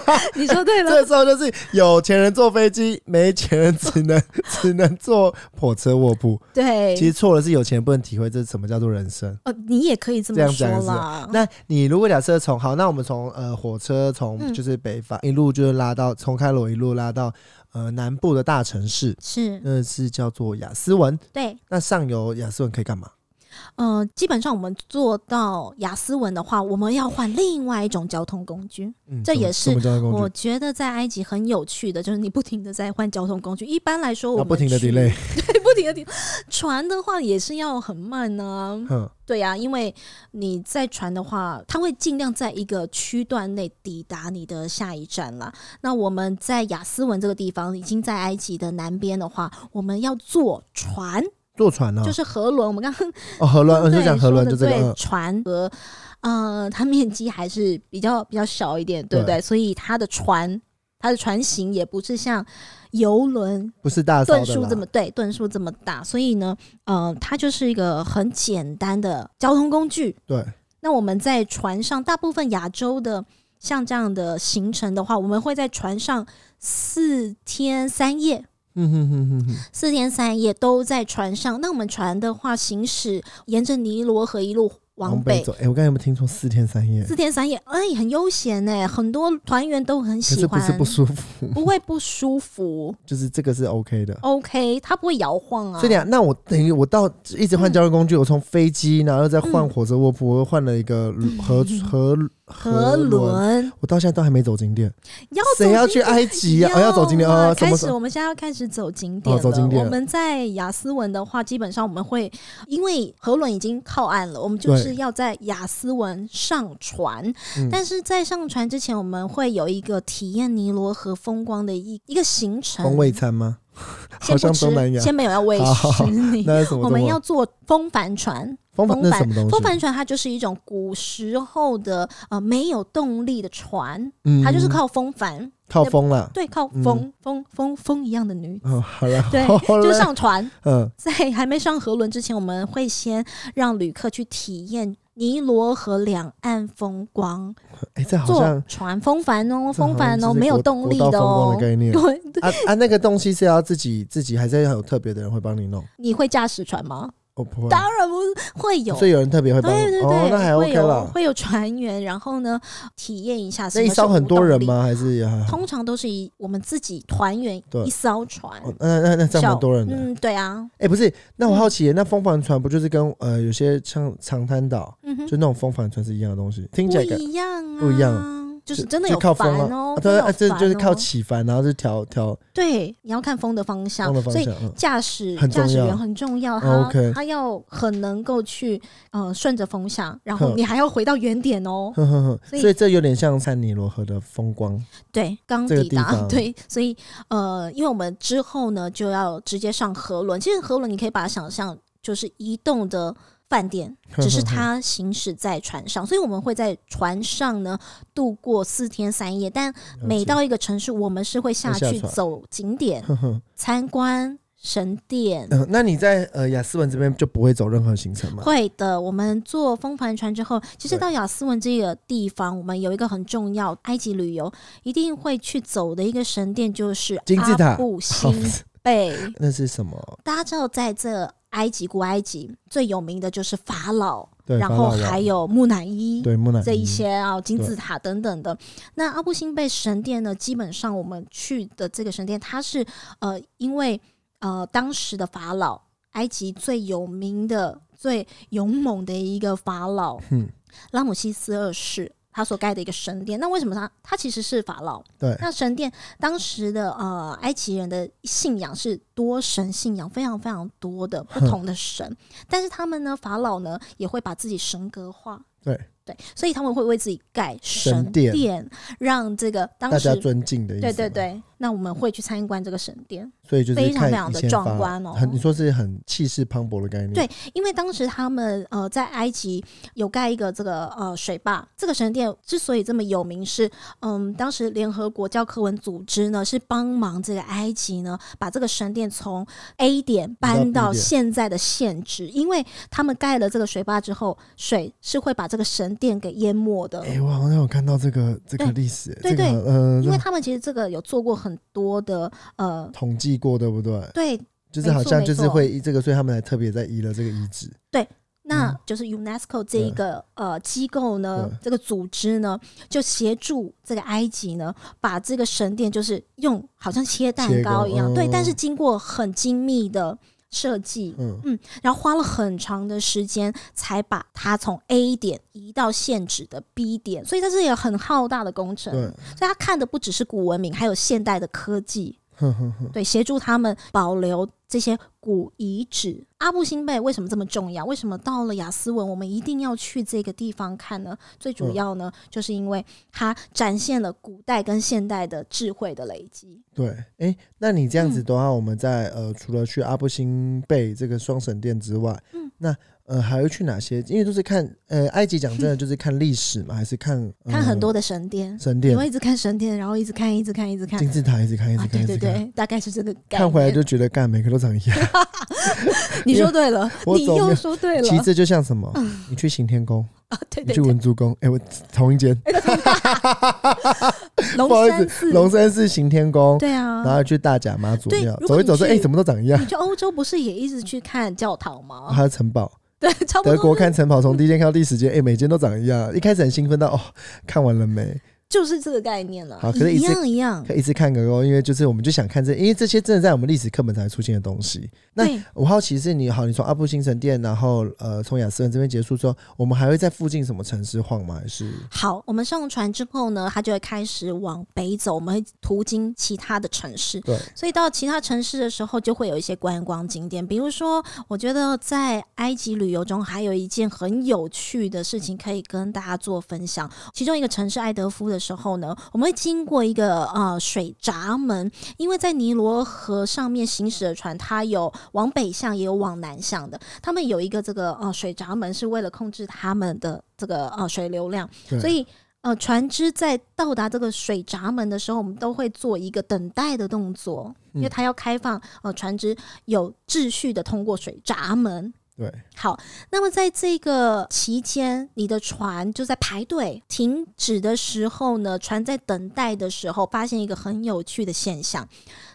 Speaker 3: 啊你说 对了，
Speaker 2: 这时候就是有钱人坐飞机，没钱人只能 只能坐火车卧铺。
Speaker 3: 对，
Speaker 2: 其实错的是有钱人不能体会这什么叫做人生。
Speaker 3: 呃，你也可以
Speaker 2: 这
Speaker 3: 这么
Speaker 2: 样
Speaker 3: 说
Speaker 2: 讲是
Speaker 3: 啦。
Speaker 2: 那你如果假设从好，那我们从呃火车从
Speaker 3: 嗯
Speaker 2: 就是北方、一路就是拉到从开罗一路拉到呃南部的大城市，
Speaker 3: 是
Speaker 2: 那是叫做雅斯文。
Speaker 3: 对，
Speaker 2: 那上游雅斯文可以干嘛？
Speaker 3: 呃，基本上我们做到雅思文的话，我们要换另外一种交通工具。
Speaker 2: 嗯，
Speaker 3: 这
Speaker 2: 什么
Speaker 3: 也是
Speaker 2: 什么交通工具
Speaker 3: 我觉得在埃及很有趣的，就是你不停的在换交通工具。一般来说，我
Speaker 2: 然后啊
Speaker 3: 们
Speaker 2: 不停的
Speaker 3: 去
Speaker 2: delay，
Speaker 3: 对， 不停的 delay。船的话也是要很慢呢、
Speaker 2: 哼，
Speaker 3: 对呀、因为你在船的话，它会尽量在一个区段内抵达你的下一站啦。那我们在雅斯文这个地方，已经在埃及的南边的话，我们要坐船，
Speaker 2: 坐船哦
Speaker 3: 就，是河轮。我们刚刚
Speaker 2: 哦，河轮，
Speaker 3: 对
Speaker 2: 嗯 就讲河轮，
Speaker 3: 说
Speaker 2: 就
Speaker 3: 的
Speaker 2: 这个，
Speaker 3: 对
Speaker 2: 嗯
Speaker 3: 船和呃呃，它面积还是比较比较小一点，对不
Speaker 2: 对
Speaker 3: 对？所以它的船。它的船型也不是像游轮
Speaker 2: 不是大嫂
Speaker 3: 吨
Speaker 2: 的
Speaker 3: 数这
Speaker 2: 啦
Speaker 3: 么。对，吨数这么大，所以呢，呃，它就是一个很简单的交通工具。
Speaker 2: 对，
Speaker 3: 那我们在船上，大部分亚洲的像这样的行程的话，我们会在船上四天三夜，
Speaker 2: 嗯哼哼哼哼，
Speaker 3: 四天三夜都在船上。那我们船的话，行驶沿着尼罗河一路往
Speaker 2: 北
Speaker 3: 北，
Speaker 2: 走。哎、我刚才有没有听错？四天三夜，
Speaker 3: 四天三夜，哎，很悠闲呢，很多团员都很
Speaker 2: 可
Speaker 3: 喜
Speaker 2: 是不
Speaker 3: 欢，
Speaker 2: 是不舒服，
Speaker 3: 不会不舒服。
Speaker 2: 就是这个是 OK
Speaker 3: 哦
Speaker 2: 的。
Speaker 3: OK，它不会摇晃啊
Speaker 2: 所以。你看，那我等于我到一直换交通工具，我从飞机，然后再换
Speaker 3: 嗯
Speaker 2: 火车卧铺，我又换了一个 河河
Speaker 3: 河，轮
Speaker 2: 我到现在都还没走景点。
Speaker 3: 要走
Speaker 2: 谁要
Speaker 3: 进
Speaker 2: 去埃及啊？哦，要走景点
Speaker 3: 啊
Speaker 2: 哦，什
Speaker 3: 开
Speaker 2: 么
Speaker 3: 始
Speaker 2: 时候？
Speaker 3: 我们现在要开始走景点
Speaker 2: 哦走景点
Speaker 3: 了我们在雅斯文的话，基本上我们会因为河轮已经靠岸了，我们就
Speaker 2: 对
Speaker 3: 是要在雅斯文上船。
Speaker 2: 嗯
Speaker 3: 但是在上船之前，我们会有一个体验尼罗河风光的一一个行程。
Speaker 2: 红尾餐吗？
Speaker 3: 先
Speaker 2: 好
Speaker 3: 不
Speaker 2: 像
Speaker 3: 吃
Speaker 2: 东南亚，
Speaker 3: 先没有要喂
Speaker 2: 好
Speaker 3: 食你。
Speaker 2: 那是什么？
Speaker 3: 我
Speaker 2: 中
Speaker 3: 们
Speaker 2: 文
Speaker 3: 要坐风帆船，
Speaker 2: 风帆
Speaker 3: 风
Speaker 2: 那是
Speaker 3: 帆
Speaker 2: 什么东西？
Speaker 3: 风帆船它就是一种古时候的呃没有动力的船，
Speaker 2: 嗯
Speaker 3: 它就是靠风帆，
Speaker 2: 靠风了。
Speaker 3: 对，靠
Speaker 2: 嗯
Speaker 3: 风、风风风一样的女，
Speaker 2: 哦，好了，
Speaker 3: 对
Speaker 2: 好
Speaker 3: 就
Speaker 2: 了，
Speaker 3: 上船，
Speaker 2: 嗯，
Speaker 3: 在还没上河轮之前，我们会先让旅客去体验尼罗河两岸风光，
Speaker 2: 哎，这好
Speaker 3: 坐
Speaker 2: 像
Speaker 3: 船风帆哦，
Speaker 2: 这好
Speaker 3: 风
Speaker 2: 像
Speaker 3: 帆
Speaker 2: 就
Speaker 3: 哦，
Speaker 2: 是
Speaker 3: 没有
Speaker 2: 国
Speaker 3: 动力
Speaker 2: 国道风
Speaker 3: 哦
Speaker 2: 光的，概念。
Speaker 3: 对，对
Speaker 2: 啊啊，那个东西是要自己自己，还是要有特别的人会帮你弄？
Speaker 3: 你会驾驶船吗？
Speaker 2: 哦，不会，
Speaker 3: 当然不会有。
Speaker 2: 所以有人特别会帮你。
Speaker 3: 对对对，
Speaker 2: 哦，那还
Speaker 3: 会
Speaker 2: OK
Speaker 3: 有
Speaker 2: 了。
Speaker 3: 会有船员，然后呢，体验一下什
Speaker 2: 那
Speaker 3: 么
Speaker 2: 一
Speaker 3: 是
Speaker 2: 艘
Speaker 3: 无
Speaker 2: 很多
Speaker 3: 动
Speaker 2: 人
Speaker 3: 力？
Speaker 2: 吗？还是也啊还好？
Speaker 3: 通常都是以我们自己团员
Speaker 2: 对
Speaker 3: 一艘船，
Speaker 2: 哦那那那这样
Speaker 3: 小
Speaker 2: 蛮多人的。
Speaker 3: 嗯，对啊，
Speaker 2: 哎、不是，那我好奇耶，那风帆船不就是跟呃有些像长滩岛，
Speaker 3: 嗯哼
Speaker 2: 就，那种风帆船是一样的东西？听起
Speaker 3: 不
Speaker 2: 来感
Speaker 3: 一样啊，
Speaker 2: 不一样
Speaker 3: 就是真的有
Speaker 2: 就靠
Speaker 3: 帆
Speaker 2: 风
Speaker 3: 哦
Speaker 2: 啊，
Speaker 3: 真
Speaker 2: 对
Speaker 3: 的
Speaker 2: 啊，
Speaker 3: 有
Speaker 2: 这就是
Speaker 3: 帆
Speaker 2: 靠
Speaker 3: 哦
Speaker 2: 起帆，然后就调调
Speaker 3: 对，你要看风的方向
Speaker 2: 风，的方
Speaker 3: 所以
Speaker 2: 向。嗯，
Speaker 3: 驾驶
Speaker 2: 很重
Speaker 3: 驾驶员
Speaker 2: 要
Speaker 3: 很重要，
Speaker 2: 哦
Speaker 3: 他
Speaker 2: OK
Speaker 3: 他要很能够去呃顺着风向，然后
Speaker 2: 哼
Speaker 3: 你还要回到原点哦。
Speaker 2: 呵呵
Speaker 3: 所
Speaker 2: 呵，
Speaker 3: 以
Speaker 2: 所以这有点像塞尼罗河的风光。
Speaker 3: 对，刚
Speaker 2: 这个
Speaker 3: 抵
Speaker 2: 地
Speaker 3: 达，
Speaker 2: 方
Speaker 3: 对，所以呃，因为我们之后呢就要直接上河轮，其实河轮你可以把它想象就是移动的饭店，只是它行驶在船上，所以我们会在船上呢度过四天三夜，但
Speaker 2: 了
Speaker 3: 每
Speaker 2: 解
Speaker 3: 到一个城市，我们是会下
Speaker 2: 会下
Speaker 3: 去
Speaker 2: 船
Speaker 3: 走景点、
Speaker 2: 呵呵，
Speaker 3: 参观神殿。
Speaker 2: 嗯，那你在呃雅斯文这边就不会走任何行程吗？
Speaker 3: 会的，我们坐风帆船之后，其实
Speaker 2: 对
Speaker 3: 到雅斯文这个地方，我们有一个很重要，埃及旅游一定会去走的一个神殿，就是
Speaker 2: 金字塔
Speaker 3: 阿布
Speaker 2: 好
Speaker 3: 辛
Speaker 2: 不是
Speaker 3: 贝。
Speaker 2: 那是什么？
Speaker 3: 大家知道，在这埃及古埃及最有名的就是法老，
Speaker 2: 对，
Speaker 3: 然
Speaker 2: 法
Speaker 3: 后
Speaker 2: 老王
Speaker 3: 还有木乃伊，
Speaker 2: 对木乃伊
Speaker 3: 这一些啊，金
Speaker 2: 嗯对
Speaker 3: 字塔等等的。那阿布辛贝神殿呢，基本上我们去的这个神殿，它是呃，因为呃，当时的法老，埃及最有名的、最勇猛的一个法老，
Speaker 2: 嗯
Speaker 3: 拉姆西斯二世。他所盖的一个神殿，那为什么他他其实是法老？
Speaker 2: 对
Speaker 3: 那神殿当时的呃埃及人的信仰是多神信仰，非常非常多的 不同的神，但是他们呢，法老呢也会把自己神格化，
Speaker 2: 对
Speaker 3: 对，所以他们会为自己盖神
Speaker 2: 神殿
Speaker 3: 让这个当
Speaker 2: 大
Speaker 3: 时
Speaker 2: 家尊敬的意思。
Speaker 3: 对对，对，那我们会去参观这个神殿，
Speaker 2: 所以就是
Speaker 3: 非常
Speaker 2: 看
Speaker 3: 非常
Speaker 2: 以
Speaker 3: 地
Speaker 2: 前
Speaker 3: 壮
Speaker 2: 法
Speaker 3: 观哦
Speaker 2: 很你说是很气势磅礴的概念。
Speaker 3: 对因为当时他们呃在埃及有盖一个这个呃水坝，这个神殿之所以这么有名是，嗯，当时联合国教科文组织呢是帮忙这个埃及呢把这个神殿从 A 点搬
Speaker 2: 到
Speaker 3: 到
Speaker 2: B 点
Speaker 3: 现在的现址，因为他们盖了这个水坝之后，水是会把这个神殿给淹没的。
Speaker 2: 哎，我好像有看到这个这个
Speaker 3: 对
Speaker 2: 历史，
Speaker 3: 对
Speaker 2: 这个
Speaker 3: 对
Speaker 2: 很呃，
Speaker 3: 因为
Speaker 2: 这
Speaker 3: 他们其实这个有做过很多的呃，
Speaker 2: 统计过对不对？
Speaker 3: 对，
Speaker 2: 就是
Speaker 3: 没
Speaker 2: 好
Speaker 3: 错
Speaker 2: 像
Speaker 3: 没
Speaker 2: 就是
Speaker 3: 错
Speaker 2: 会依这个，所以他们才特别在移了这个遗址。
Speaker 3: 那就是 UNESCO 这一个呃机构呢
Speaker 2: 嗯对，
Speaker 3: 这个组织呢，就协助这个埃及呢，把这个神殿就是用好像切蛋糕一样，
Speaker 2: 切糕嗯
Speaker 3: 对，但是经过很精密的设计，
Speaker 2: 嗯，
Speaker 3: 然后花了很长的时间才把它从 A 点移到现址的 B 点，所以它是一个很浩大的工程，
Speaker 2: 对，
Speaker 3: 所以它看的不只是古文明，还有现代的科技，
Speaker 2: 哼哼哼，
Speaker 3: 对，协助他们保留这些古遗址。阿布辛贝为什么这么重要？为什么到了雅斯文我们一定要去这个地方看呢？最主
Speaker 2: 嗯
Speaker 3: 要呢，就是因为它展现了古代跟现代的智慧的累积。
Speaker 2: 对。哎，那你这样子
Speaker 3: 嗯
Speaker 2: 的话，我们在呃，除了去阿布辛贝这个双神殿之外，
Speaker 3: 嗯
Speaker 2: 那呃，还会去哪些？因为都是看，呃，埃及讲真的就是看历史 嘛，还是看、呃
Speaker 3: 看很多的神殿，
Speaker 2: 神
Speaker 3: 你
Speaker 2: 殿、
Speaker 3: 会一直看神殿，然后一直看，一直看，一直看。
Speaker 2: 金字塔，一直看，一直
Speaker 3: 啊，
Speaker 2: 看，
Speaker 3: 对
Speaker 2: 一
Speaker 3: 对
Speaker 2: 直看。
Speaker 3: 对，大概是这个概念。
Speaker 2: 看回来就觉得干每个都长一样。
Speaker 3: 你说对了，
Speaker 2: 我
Speaker 3: 你
Speaker 2: 走
Speaker 3: 又
Speaker 2: 面
Speaker 3: 说 对了
Speaker 2: 其次就像什么，你去行天宫，
Speaker 3: 啊， 对
Speaker 2: 你
Speaker 3: 对
Speaker 2: 去
Speaker 3: 对，
Speaker 2: 文殊宫，哎、我同一间，不好
Speaker 3: 龙
Speaker 2: 意
Speaker 3: 山
Speaker 2: 思，
Speaker 3: 寺，
Speaker 2: 龙山寺行天宫，
Speaker 3: 对
Speaker 2: 然
Speaker 3: 啊，
Speaker 2: 后去大甲妈祖
Speaker 3: 对
Speaker 2: 庙，
Speaker 3: 如果
Speaker 2: 走一
Speaker 3: 你
Speaker 2: 走说，哎、
Speaker 3: 去
Speaker 2: 怎么都长一样
Speaker 3: 你？去欧洲不是也一直去看教堂吗？
Speaker 2: 还有城堡，
Speaker 3: 对，差
Speaker 2: 啊
Speaker 3: 啊不多
Speaker 2: 德
Speaker 3: 是。
Speaker 2: 国看城堡，从第一间看到第十 间，哎、每间都长一样。一开始很兴奋到哦，看完了没？
Speaker 3: 就是这个概念了
Speaker 2: 好可，是
Speaker 3: 一
Speaker 2: 一次
Speaker 3: 样一样。
Speaker 2: 可以一直看个够，因为就是我们就想看这，因为这些真的在我们历史课本才出现的东西。那
Speaker 3: 对，
Speaker 2: 我好奇是你好，你从阿布新城店，然后呃，从雅诗兰这边结束之后，我们还会在附近什么城市晃吗？还是
Speaker 3: 好，我们上船之后呢，它就会开始往北走，我们会途经其他的城市。
Speaker 2: 对，
Speaker 3: 所以到其他城市的时候，就会有一些观光景点。比如说，我觉得在埃及旅游中，还有一件很有趣的事情可以跟大家做分享。其中一个城市埃德夫的时候呢，我们会经过一个呃水闸门，因为在尼罗河上面行驶的船，它有往北向，也有往南向的。他们有一个这个呃水闸门，是为了控制他们的这个呃水流量。
Speaker 2: 对
Speaker 3: 所以呃，船只在到达这个水闸门的时候，我们都会做一个等待的动作，因为
Speaker 2: 嗯
Speaker 3: 它要开放呃船只有秩序的通过水闸门。
Speaker 2: 对
Speaker 3: 好，那么在这个期间，你的船就在排队停止的时候呢，船在等待的时候，发现一个很有趣的现象：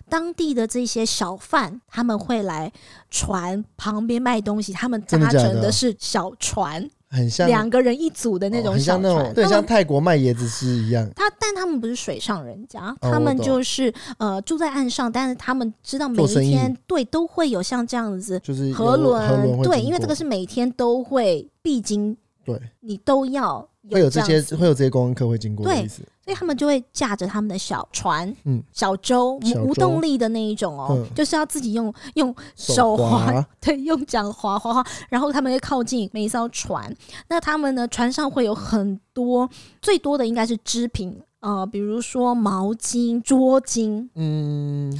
Speaker 3: 当地的这些小贩他们会来船旁边卖东西，他们
Speaker 2: 真的
Speaker 3: 搭
Speaker 2: 假
Speaker 3: 乘
Speaker 2: 的
Speaker 3: 的是小船，
Speaker 2: 很像
Speaker 3: 两个人一组的那
Speaker 2: 哦
Speaker 3: 种
Speaker 2: 很
Speaker 3: 小
Speaker 2: 像
Speaker 3: 船，
Speaker 2: 那种对，
Speaker 3: 他
Speaker 2: 像
Speaker 3: 们
Speaker 2: 泰国卖椰子汁一样，
Speaker 3: 他，但他们不是水上人家，
Speaker 2: 哦
Speaker 3: 他
Speaker 2: 我
Speaker 3: 们
Speaker 2: 懂
Speaker 3: 就是呃住在岸上，但是他们知道每
Speaker 2: 做
Speaker 3: 一
Speaker 2: 生意
Speaker 3: 天对都会有像这样子
Speaker 2: 就是有
Speaker 3: 河
Speaker 2: 河轮会
Speaker 3: 对，
Speaker 2: 经
Speaker 3: 因为这
Speaker 2: 过
Speaker 3: 个是每天都会必经，
Speaker 2: 对
Speaker 3: 你都要
Speaker 2: 会有这
Speaker 3: 这
Speaker 2: 些
Speaker 3: 样子
Speaker 2: 会有这些观光客会经过的
Speaker 3: 对
Speaker 2: 意思。
Speaker 3: 所以他们就会驾着他们的小船，
Speaker 2: 嗯
Speaker 3: 小舟，
Speaker 2: 小舟
Speaker 3: 无无动力的那一种哦，
Speaker 2: 嗯
Speaker 3: 就是要自己用用
Speaker 2: 手
Speaker 3: 手
Speaker 2: 滑
Speaker 3: 滑，对，用桨滑滑滑，然后他们会靠近每一艘船。那他们呢，船上会有很多，最多的应该是织品，呃，比如说毛巾、桌巾，
Speaker 2: 嗯，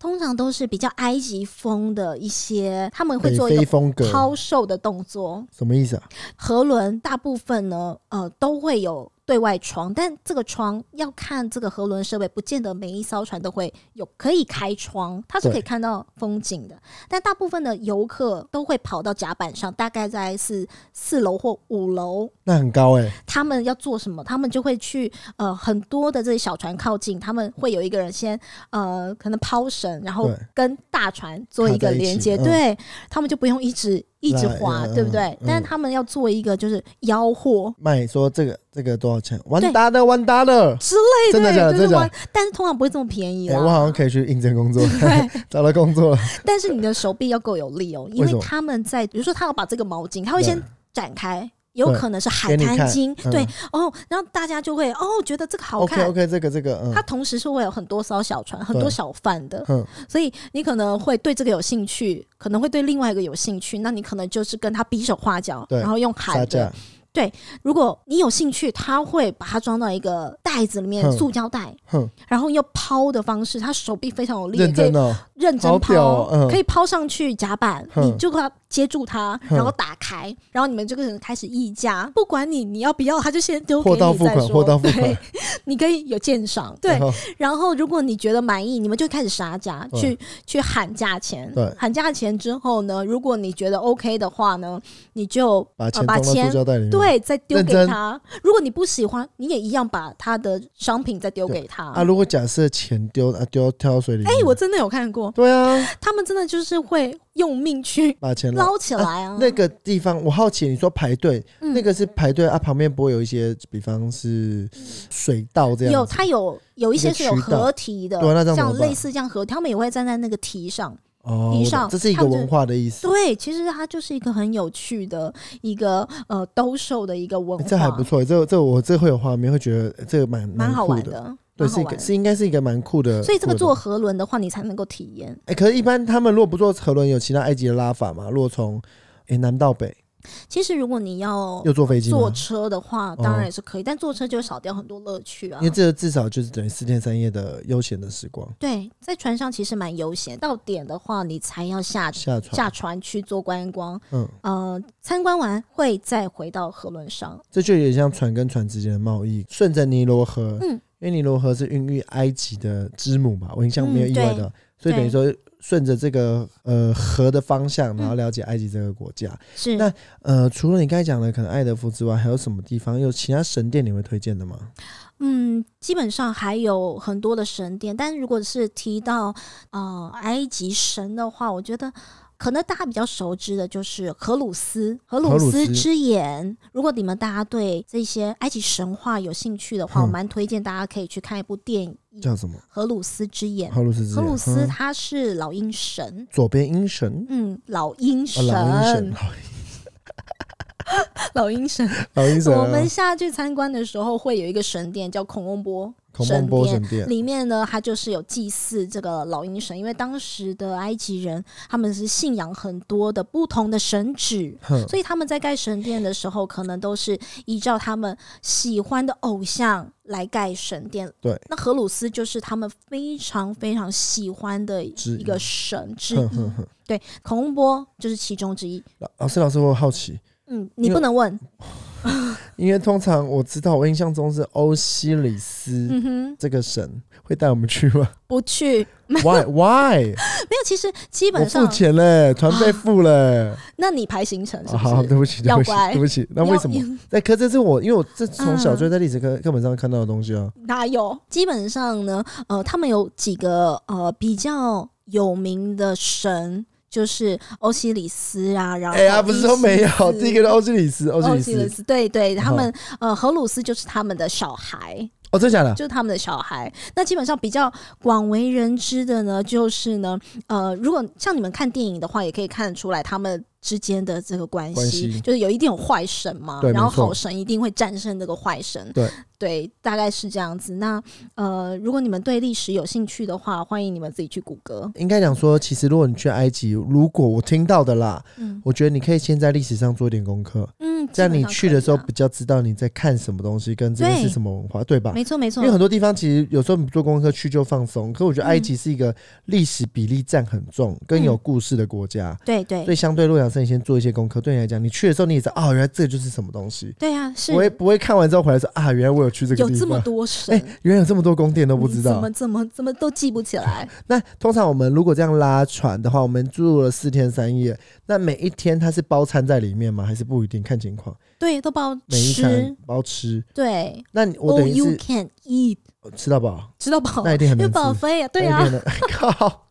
Speaker 3: 通常都是比较埃及风的一些，他们会
Speaker 2: 北
Speaker 3: 做一
Speaker 2: 非
Speaker 3: 个
Speaker 2: 风格
Speaker 3: 抛售的动作。
Speaker 2: 什么意思啊？
Speaker 3: 河轮大部分呢，呃，都会有对外窗，但这个窗要看这个河轮设备，不见得每一艘船都会有可以开窗，它是
Speaker 2: 对
Speaker 3: 可以看到风景的。但大部分的游客都会跑到甲板上，大概在是四楼或五楼。
Speaker 2: 那很高哎、
Speaker 3: 他们要做什么？他们就会去呃很多的这些小船靠近，他们会有一个人先呃可能抛绳，然后
Speaker 2: 对
Speaker 3: 跟大船做一
Speaker 2: 卡
Speaker 3: 个
Speaker 2: 在一起
Speaker 3: 连接，
Speaker 2: 嗯
Speaker 3: 对他们就不用一直一直
Speaker 2: 来
Speaker 3: 划，
Speaker 2: 嗯
Speaker 3: 对不对？
Speaker 2: 嗯
Speaker 3: 但是他们要做一个就是吆喝，
Speaker 2: 卖说这个这个多少钱？完达的完达的，
Speaker 3: 之类的，
Speaker 2: 真的假的
Speaker 3: 就是
Speaker 2: 真的假的
Speaker 3: 玩但是通常不会这么便宜
Speaker 2: 哎、
Speaker 3: 啦。
Speaker 2: 我好像可以去应征工 作，
Speaker 3: 对
Speaker 2: 找到工作了。
Speaker 3: 但是你的手臂要够有力哦，因
Speaker 2: 为什
Speaker 3: 为
Speaker 2: 么
Speaker 3: 他们在，比如说他要把这个毛巾，他会先展开。有可能是海
Speaker 2: 给你
Speaker 3: 滩
Speaker 2: 看
Speaker 3: 巾，
Speaker 2: 嗯
Speaker 3: 对哦，然后大家就会哦觉得这个好
Speaker 2: OK
Speaker 3: 看。
Speaker 2: OK，这个这个，嗯
Speaker 3: 它同时是会有很多艘小船，很
Speaker 2: 对
Speaker 3: 多小贩的，
Speaker 2: 嗯，
Speaker 3: 所以你可能会对这个有兴趣，可能会对另外一个有兴趣，那你可能就是跟他比手画脚，
Speaker 2: 对
Speaker 3: 然后用
Speaker 2: 杀
Speaker 3: 喊的
Speaker 2: 价，
Speaker 3: 如果你有兴趣，他会把它装到一个袋子里面，
Speaker 2: 哼
Speaker 3: 塑胶袋，
Speaker 2: 哼，
Speaker 3: 然后用抛的方式，他手臂非常有力，
Speaker 2: 认
Speaker 3: 可以
Speaker 2: 真哦，
Speaker 3: 认
Speaker 2: 好
Speaker 3: 真抛，
Speaker 2: 屌哦嗯
Speaker 3: 可以抛上去甲板，
Speaker 2: 嗯
Speaker 3: 你就给它接住它，
Speaker 2: 嗯
Speaker 3: 然后打开，然后你们这个人开始议价，不管你你要不要，他就先丢给
Speaker 2: 货
Speaker 3: 你
Speaker 2: 到付
Speaker 3: 再
Speaker 2: 款，
Speaker 3: 说，
Speaker 2: 货到付款
Speaker 3: 对，，你可以有鉴赏，对
Speaker 2: 然。后
Speaker 3: 然后如果你觉得满意，你们就开始杀价，
Speaker 2: 对
Speaker 3: 去去喊价钱
Speaker 2: 对，
Speaker 3: 喊价钱之后呢，如果你觉得 OK 的话呢，你就
Speaker 2: 把钱
Speaker 3: 呃把
Speaker 2: 装到塑
Speaker 3: 钱
Speaker 2: 胶袋里面，
Speaker 3: 对再丢
Speaker 2: 认
Speaker 3: 给
Speaker 2: 真
Speaker 3: 他，如果你不喜欢，你也一样把他的商品再丢
Speaker 2: 对
Speaker 3: 给他。
Speaker 2: 啊，如果假设钱丢啊丢跳到水里面，
Speaker 3: 哎、我真的有看过，
Speaker 2: 对啊，
Speaker 3: 他们真的就是会用命 去
Speaker 2: 把钱捞。
Speaker 3: 捞起来啊。
Speaker 2: 那个地方我好奇，你说排队，
Speaker 3: 嗯
Speaker 2: 那个是排队啊，旁边不会有一些，比方是水道这样子，
Speaker 3: 有，它有有一些是有
Speaker 2: 一个渠道
Speaker 3: 合体的，
Speaker 2: 对啊那这样怎么
Speaker 3: 像
Speaker 2: 办
Speaker 3: 类似这样合体，他们也会站在那个题上。
Speaker 2: 哦，
Speaker 3: 以
Speaker 2: 我懂
Speaker 3: 上
Speaker 2: 这是一
Speaker 3: 他
Speaker 2: 个
Speaker 3: 们就
Speaker 2: 文化的意思，
Speaker 3: 对，其实它就是一个很有趣的一个呃兜售的一个文
Speaker 2: 欸
Speaker 3: 化，
Speaker 2: 这还不错，这这我这会有画面，会觉得呃这个蛮
Speaker 3: 蛮好
Speaker 2: 酷
Speaker 3: 玩
Speaker 2: 的，
Speaker 3: 的，
Speaker 2: 对，
Speaker 3: 蛮好
Speaker 2: 是一
Speaker 3: 玩
Speaker 2: 个
Speaker 3: 的。
Speaker 2: 是应该是一个蛮酷的。
Speaker 3: 所以这
Speaker 2: 酷
Speaker 3: 个
Speaker 2: 的
Speaker 3: 坐河轮的话，你才能够体验。
Speaker 2: 哎、可是一般他们如果不坐河轮，有其他埃及的拉法嘛？如果从哎、南到北，
Speaker 3: 其实如果你要
Speaker 2: 又坐飞机吗哦
Speaker 3: 哦坐车的话，当然也是可以，但坐车就少掉很多乐趣啊
Speaker 2: 因为。这至少就是等于四天三夜的悠闲的时光，
Speaker 3: 对，在船上其实蛮悠闲，到点的话你才要下
Speaker 2: 下船
Speaker 3: 下船去做观光，
Speaker 2: 嗯，
Speaker 3: 呃，参观完会再回到河轮上。
Speaker 2: 这就有点像船跟船之间的贸易，顺着尼罗河，
Speaker 3: 嗯
Speaker 2: 因为尼罗河是孕育埃及的之母嘛，我印象没有
Speaker 3: 嗯
Speaker 2: 意外的，所以等于说顺着这个呃河的方向，
Speaker 3: 嗯
Speaker 2: 然后了解埃及这个国家。
Speaker 3: 是，
Speaker 2: 那呃，除了你刚才讲的可能爱德福之外，还有什么地方有其他神殿你会推荐的吗？
Speaker 3: 嗯，基本上还有很多的神殿，但如果是提到呃埃及神的话，我觉得。可能大家比较熟知的就是荷鲁斯，荷
Speaker 2: 荷鲁
Speaker 3: 鲁斯
Speaker 2: 斯
Speaker 3: 之眼。如果你们大家对这些埃及神话有兴趣的话，我
Speaker 2: 嗯
Speaker 3: 蛮推荐大家可以去看一部电影
Speaker 2: 叫
Speaker 3: 《
Speaker 2: 什么？
Speaker 3: 荷鲁斯之眼》。
Speaker 2: 荷鲁斯之
Speaker 3: 荷
Speaker 2: 眼
Speaker 3: 嗯鲁斯
Speaker 2: 嗯
Speaker 3: 他是老鹰神，
Speaker 2: 左边鹰神，
Speaker 3: 嗯，老鹰
Speaker 2: 哦，
Speaker 3: 神，
Speaker 2: 老鹰神，
Speaker 3: 老鹰神。
Speaker 2: 老鹰神啊，
Speaker 3: 我们下去参观的时候会有一个神殿叫孔翁波
Speaker 2: 孔孟波神殿，
Speaker 3: 里面呢，它就是有祭祀这个老鹰神，因为当时的埃及人他们是信仰很多的不同的神祇，
Speaker 2: 哼，
Speaker 3: 所以他们在盖神殿的时候，可能都是依照他们喜欢的偶像来盖神殿。
Speaker 2: 对，
Speaker 3: 那荷鲁斯就是他们非常非常喜欢的
Speaker 2: 之一
Speaker 3: 一个神之
Speaker 2: 哼哼
Speaker 3: 一，
Speaker 2: 哼。
Speaker 3: 孔翁波就是其中之一。
Speaker 2: 老老师，老师，我好奇，
Speaker 3: 嗯，
Speaker 2: 因
Speaker 3: 你
Speaker 2: 为
Speaker 3: 不能问。
Speaker 2: 因为通常我知道，我印象中是欧西里斯。
Speaker 3: 嗯哼，
Speaker 2: 这个神会带我们去 吗
Speaker 3: 不去。
Speaker 2: ？Why Why？
Speaker 3: 没有，其实基
Speaker 2: 我
Speaker 3: 本
Speaker 2: 付
Speaker 3: 上，
Speaker 2: 钱嘞，团费付嘞。
Speaker 3: 那你排行程是
Speaker 2: 啊
Speaker 3: 不
Speaker 2: 好，
Speaker 3: 是？
Speaker 2: 对不起，对
Speaker 3: 要
Speaker 2: 不起，
Speaker 3: 乖
Speaker 2: 对不起。那
Speaker 3: 要嗯
Speaker 2: 为什么？哎，可这是我，因为我这从小就在历史课课本上看到的东西啊。
Speaker 3: 哪有？基本上呢，呃，他们有几个呃比较有名的神，就是欧西里斯啊，然后
Speaker 2: 哎呀，不是说没有，
Speaker 3: 伊西斯
Speaker 2: 第一个是欧西里斯，哦欧
Speaker 3: 欧
Speaker 2: 西
Speaker 3: 西
Speaker 2: 里
Speaker 3: 里
Speaker 2: 斯。
Speaker 3: 斯，对对，他们呃，荷鲁斯就是他们的小孩，
Speaker 2: 哦，真的假的？
Speaker 3: 就是他们的小孩。那基本上比较广为人知的呢，就是呢，呃，如果像你们看电影的话，也可以看得出来他们之间的这个关
Speaker 2: 关
Speaker 3: 系
Speaker 2: 系，
Speaker 3: 就是有一定有坏神嘛
Speaker 2: 对，
Speaker 3: 然后
Speaker 2: 没错
Speaker 3: 好神一定会战胜这个坏神，
Speaker 2: 对
Speaker 3: 大概是这样子。那呃，如果你们对历史有兴趣的话，欢迎你们自己去谷歌。
Speaker 2: 应该讲说，其实如果你去埃及，如果我听到的啦，
Speaker 3: 嗯
Speaker 2: 我觉得你可以先在历史上做一点功课，
Speaker 3: 嗯，
Speaker 2: 这样你去的时候
Speaker 3: 基本上可以
Speaker 2: 比较知道你在看什么东西，跟这个是
Speaker 3: 对
Speaker 2: 什么文化，对吧
Speaker 3: 啊，？没错没错
Speaker 2: 因为，很多地方其实有时候你做功课去就放松，可我觉得埃
Speaker 3: 嗯
Speaker 2: 及是一个历史比例占很重、跟有故事的国家，
Speaker 3: 对嗯对
Speaker 2: 所以相对洛阳生，你先做一些功课，对你来讲，你去的时候你也知道，哦，原来这就是什么东西，
Speaker 3: 对啊，是
Speaker 2: 不会不会看完之后回来说啊，原来我有去这个
Speaker 3: 有
Speaker 2: 地
Speaker 3: 这么
Speaker 2: 方，
Speaker 3: 多 神
Speaker 2: 哎、，原来有这么多宫殿都不知
Speaker 3: 怎
Speaker 2: 道
Speaker 3: 么。怎么怎么都记不起 来。
Speaker 2: 那通常我们如果这样拉船的话，我们住了四天三夜，那每一天它是包餐在里面吗？还是不一定看情况？
Speaker 3: 对，都包
Speaker 2: 每一餐
Speaker 3: 吃，
Speaker 2: 包吃，
Speaker 3: 对
Speaker 2: 那你我
Speaker 3: o
Speaker 2: 等于
Speaker 3: h 哦 you
Speaker 2: 是
Speaker 3: can eat，
Speaker 2: 吃到饱，
Speaker 3: 知道饱，
Speaker 2: 那一定很
Speaker 3: 因
Speaker 2: 难
Speaker 3: 为
Speaker 2: 吃。
Speaker 3: 饱飞啊，对
Speaker 2: 那一
Speaker 3: 啊，
Speaker 2: 定 很靠。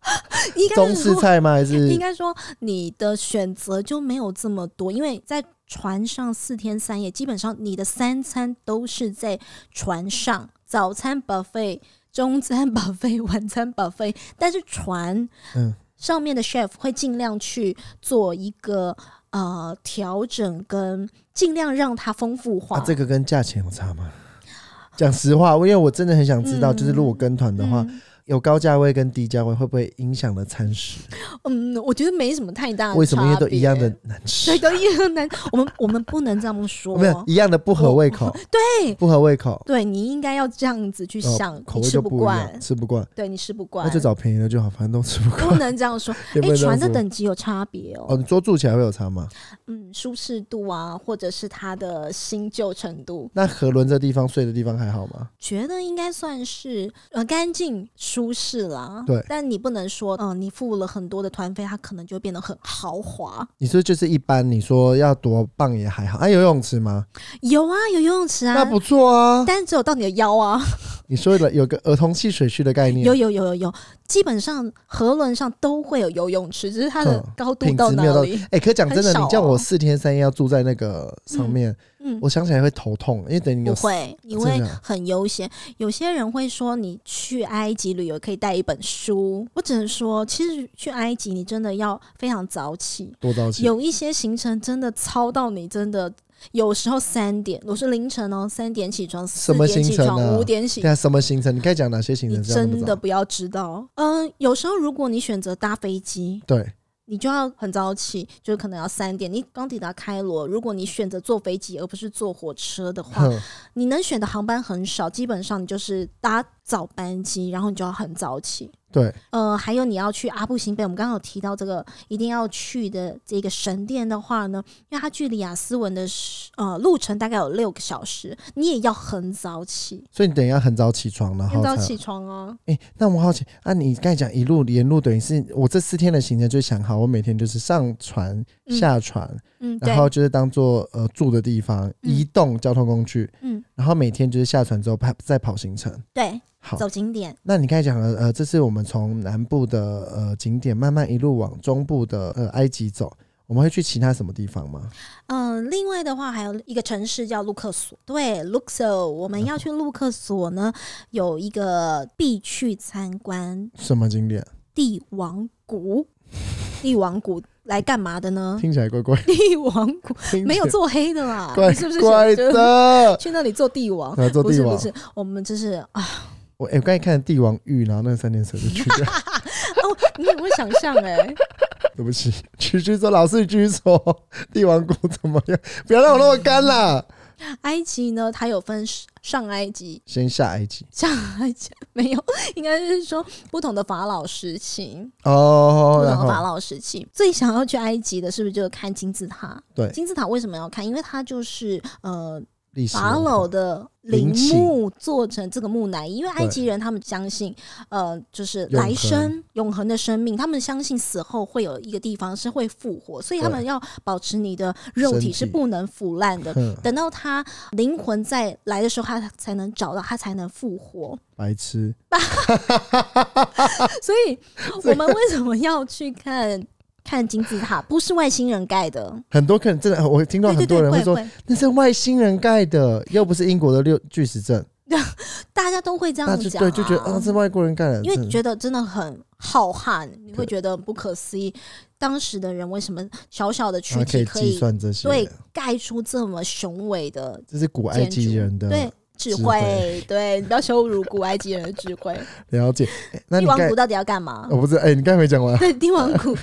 Speaker 3: 应该
Speaker 2: 中
Speaker 3: 是
Speaker 2: 式
Speaker 3: 说，
Speaker 2: 菜吗？还是
Speaker 3: 应该说你的选择就没有这么多，因为在船上四天三夜，基本上你的三餐都是在船上，早餐 buffet，中餐 buffet，晚餐 buffet，但是船，
Speaker 2: 嗯。
Speaker 3: 上面的 chef 会尽量去做一个呃调整，跟尽量让它丰富化。
Speaker 2: 啊、这个跟价钱有差吗？讲实话，因为我真的很想知道，
Speaker 3: 嗯
Speaker 2: 就是如果跟团的话，
Speaker 3: 嗯
Speaker 2: 有高价位跟低价位会不会影响了餐食？
Speaker 3: 嗯，我觉得没什么太大的
Speaker 2: 为什么因为都一样的
Speaker 3: 啊差
Speaker 2: 难
Speaker 3: 别？对，
Speaker 2: 吃？
Speaker 3: 都一样难。我们我们不能这么说
Speaker 2: 没。有一样的不合胃口，
Speaker 3: 对，
Speaker 2: 不合胃口，
Speaker 3: 对你应该要这样子去
Speaker 2: 哦
Speaker 3: 想，
Speaker 2: 口
Speaker 3: 你
Speaker 2: 味
Speaker 3: 吃
Speaker 2: 就
Speaker 3: 不
Speaker 2: 不一样，
Speaker 3: 惯，
Speaker 2: 吃不惯，
Speaker 3: 对你吃不惯
Speaker 2: 那就，找便宜的就好，反正都吃不
Speaker 3: 不
Speaker 2: 惯。
Speaker 3: 能这样说。
Speaker 2: 也不
Speaker 3: 哎，
Speaker 2: 能这样
Speaker 3: 船的
Speaker 2: 说
Speaker 3: 等级有差别哦
Speaker 2: 哦，，你说住起来会有差吗？
Speaker 3: 嗯，舒适度啊，或者是它的新旧程度，
Speaker 2: 那河轮这地方睡的地方还好吗？
Speaker 3: 觉得应该算是呃干净舒适啦。
Speaker 2: 对
Speaker 3: 但你不能说，嗯、你付了很多的团费，它可能就变得很豪华。
Speaker 2: 你说就是一般，你说要多棒也还好。啊，游泳池吗？
Speaker 3: 有啊，有游泳池
Speaker 2: 那
Speaker 3: 啊，
Speaker 2: 不错啊。
Speaker 3: 但只有到你的腰啊。
Speaker 2: 你说的有个儿童戏水区的概念，
Speaker 3: 有有有有有，基本上河轮上都会有游泳池，只是它的
Speaker 2: 嗯
Speaker 3: 高度
Speaker 2: 品
Speaker 3: 到
Speaker 2: 质没有
Speaker 3: 哪
Speaker 2: 到
Speaker 3: 里。
Speaker 2: 哎、可讲真的，
Speaker 3: 很少
Speaker 2: 你叫我
Speaker 3: 哦
Speaker 2: 四天三夜要住在那个上面，
Speaker 3: 嗯，
Speaker 2: 我想起来会头痛，因为等你
Speaker 3: 不
Speaker 2: 有
Speaker 3: 会，你
Speaker 2: 真的啊
Speaker 3: 会
Speaker 2: 假的
Speaker 3: 很悠闲。有些人会说，你去埃及旅游可以带一本书。我只能说，其实去埃及你真的要非常早起，
Speaker 2: 多着急，
Speaker 3: 有一些行程真的超到你真的。有时候三点，我是凌晨哦，三点起床，四
Speaker 2: 什么
Speaker 3: 点
Speaker 2: 行
Speaker 3: 起
Speaker 2: 程
Speaker 3: 床，
Speaker 2: 啊
Speaker 3: 五点起
Speaker 2: 对啊，什么行程？你该讲哪些行
Speaker 3: 你
Speaker 2: 程？这样都
Speaker 3: 真
Speaker 2: 不知
Speaker 3: 的
Speaker 2: 道
Speaker 3: 不要知道。嗯，有时候如果你选择搭飞机，
Speaker 2: 对，
Speaker 3: 你就要很早起，就是可能要三点。你刚抵达开罗，如果你选择坐飞机而不是坐火车的话，
Speaker 2: 哼，
Speaker 3: 你能选的航班很少，基本上你就是搭早班机，然后你就要很早起。
Speaker 2: 对，
Speaker 3: 呃，还有你要去阿布辛贝，我们刚刚有提到这个一定要去的这个神殿的话呢，因为它距离雅斯文的是呃路程大概有六个小时，你也要很早起，
Speaker 2: 所以你等一下很早起床，然
Speaker 3: 很
Speaker 2: 后
Speaker 3: 早
Speaker 2: 才
Speaker 3: 起床哦。
Speaker 2: 哎、那我好奇啊，你刚才讲一路沿路，等于是我这四天的行程就想好，我每天就是上船、
Speaker 3: 嗯
Speaker 2: 下船，
Speaker 3: 嗯，对
Speaker 2: 然，后就是当做呃住的地方，移动交通工具，
Speaker 3: 嗯，
Speaker 2: 然后每天就是下船之后拍再跑行程。
Speaker 3: 对，
Speaker 2: 好，
Speaker 3: 走景点，
Speaker 2: 那你刚才讲了，呃，这是我们从南部的呃景点慢慢一路往中部的呃埃及走，我们会去其他什么地方吗？
Speaker 3: 嗯、另外的话还有一个城市叫卢克索，对，Luxor，我们要去卢克索呢，有一个必去参观
Speaker 2: 什么景点？
Speaker 3: 帝王谷，帝王谷来干嘛的呢？
Speaker 2: 听起来怪怪，
Speaker 3: 帝王谷
Speaker 2: 听起来
Speaker 3: 没有做黑的啦，
Speaker 2: 怪
Speaker 3: 你是不是
Speaker 2: 怪
Speaker 3: 想就
Speaker 2: 的。
Speaker 3: 去那里做帝王？
Speaker 2: 然后 做
Speaker 3: 不
Speaker 2: 帝
Speaker 3: 是
Speaker 2: 王
Speaker 3: 不，是，我们就是啊，
Speaker 2: 我哎、我刚才看了帝王玉，然后那个三点水就去 掉。
Speaker 3: 哦，你很会想象哎、
Speaker 2: 对不起，居居说老是居说帝王谷怎么样？ 不要让我那么干啦！
Speaker 3: 埃及呢，它有分上埃及、
Speaker 2: 先下埃及
Speaker 3: 下埃及， 没有，应该是说不同的法老时期。
Speaker 2: 哦，
Speaker 3: 不
Speaker 2: 然
Speaker 3: 同的法
Speaker 2: 后
Speaker 3: 老时期，最想要去埃及的是不是就是看金字塔？
Speaker 2: 对
Speaker 3: 金字塔为什么要看？因为它就是呃
Speaker 2: 历史
Speaker 3: 法老的陵
Speaker 2: 陵寝
Speaker 3: 墓做成这个木乃伊，因为埃及人他们相信呃就是
Speaker 2: 永
Speaker 3: 来生永恒的生命，他们相信死后会有一个地方是会复活，所以他
Speaker 2: 对
Speaker 3: 们要保持你的肉
Speaker 2: 身体
Speaker 3: 体是不能腐 烂的。
Speaker 2: 哼
Speaker 3: 等到他灵魂再来的时候，他才能找到，他才能复活。
Speaker 2: 白痴，
Speaker 3: 所 以我们为什么要去看看金字塔？不是外星人盖的，
Speaker 2: 很多客人真的，我听到
Speaker 3: 对对
Speaker 2: 很多
Speaker 3: 对，
Speaker 2: 人会
Speaker 3: 会
Speaker 2: 说
Speaker 3: 会，
Speaker 2: 那是外星人盖的，又不是英国的六巨石阵，
Speaker 3: 大家都会这
Speaker 2: 那
Speaker 3: 样
Speaker 2: 就
Speaker 3: 讲、啊，
Speaker 2: 对，就觉得啊，是外国人盖的，
Speaker 3: 因为
Speaker 2: 真的
Speaker 3: 觉得真的很浩瀚，你会
Speaker 2: 对
Speaker 3: 觉得不可思议，当时的人为什么小小的躯
Speaker 2: 然后啊可
Speaker 3: 体
Speaker 2: 以
Speaker 3: 可
Speaker 2: 计
Speaker 3: 以
Speaker 2: 算这些，
Speaker 3: 对盖出这么雄伟的
Speaker 2: 这是古埃
Speaker 3: 建
Speaker 2: 及
Speaker 3: 筑？
Speaker 2: 人
Speaker 3: 对
Speaker 2: 的。
Speaker 3: 智
Speaker 2: 啊智
Speaker 3: 慧，对你不要羞辱古埃及人的智慧。
Speaker 2: 了解。哎 那
Speaker 3: 帝
Speaker 2: 你
Speaker 3: 王
Speaker 2: 盖
Speaker 3: 谷到底要干嘛？
Speaker 2: 我不知道，哎，你刚才没讲完，
Speaker 3: 对，帝王谷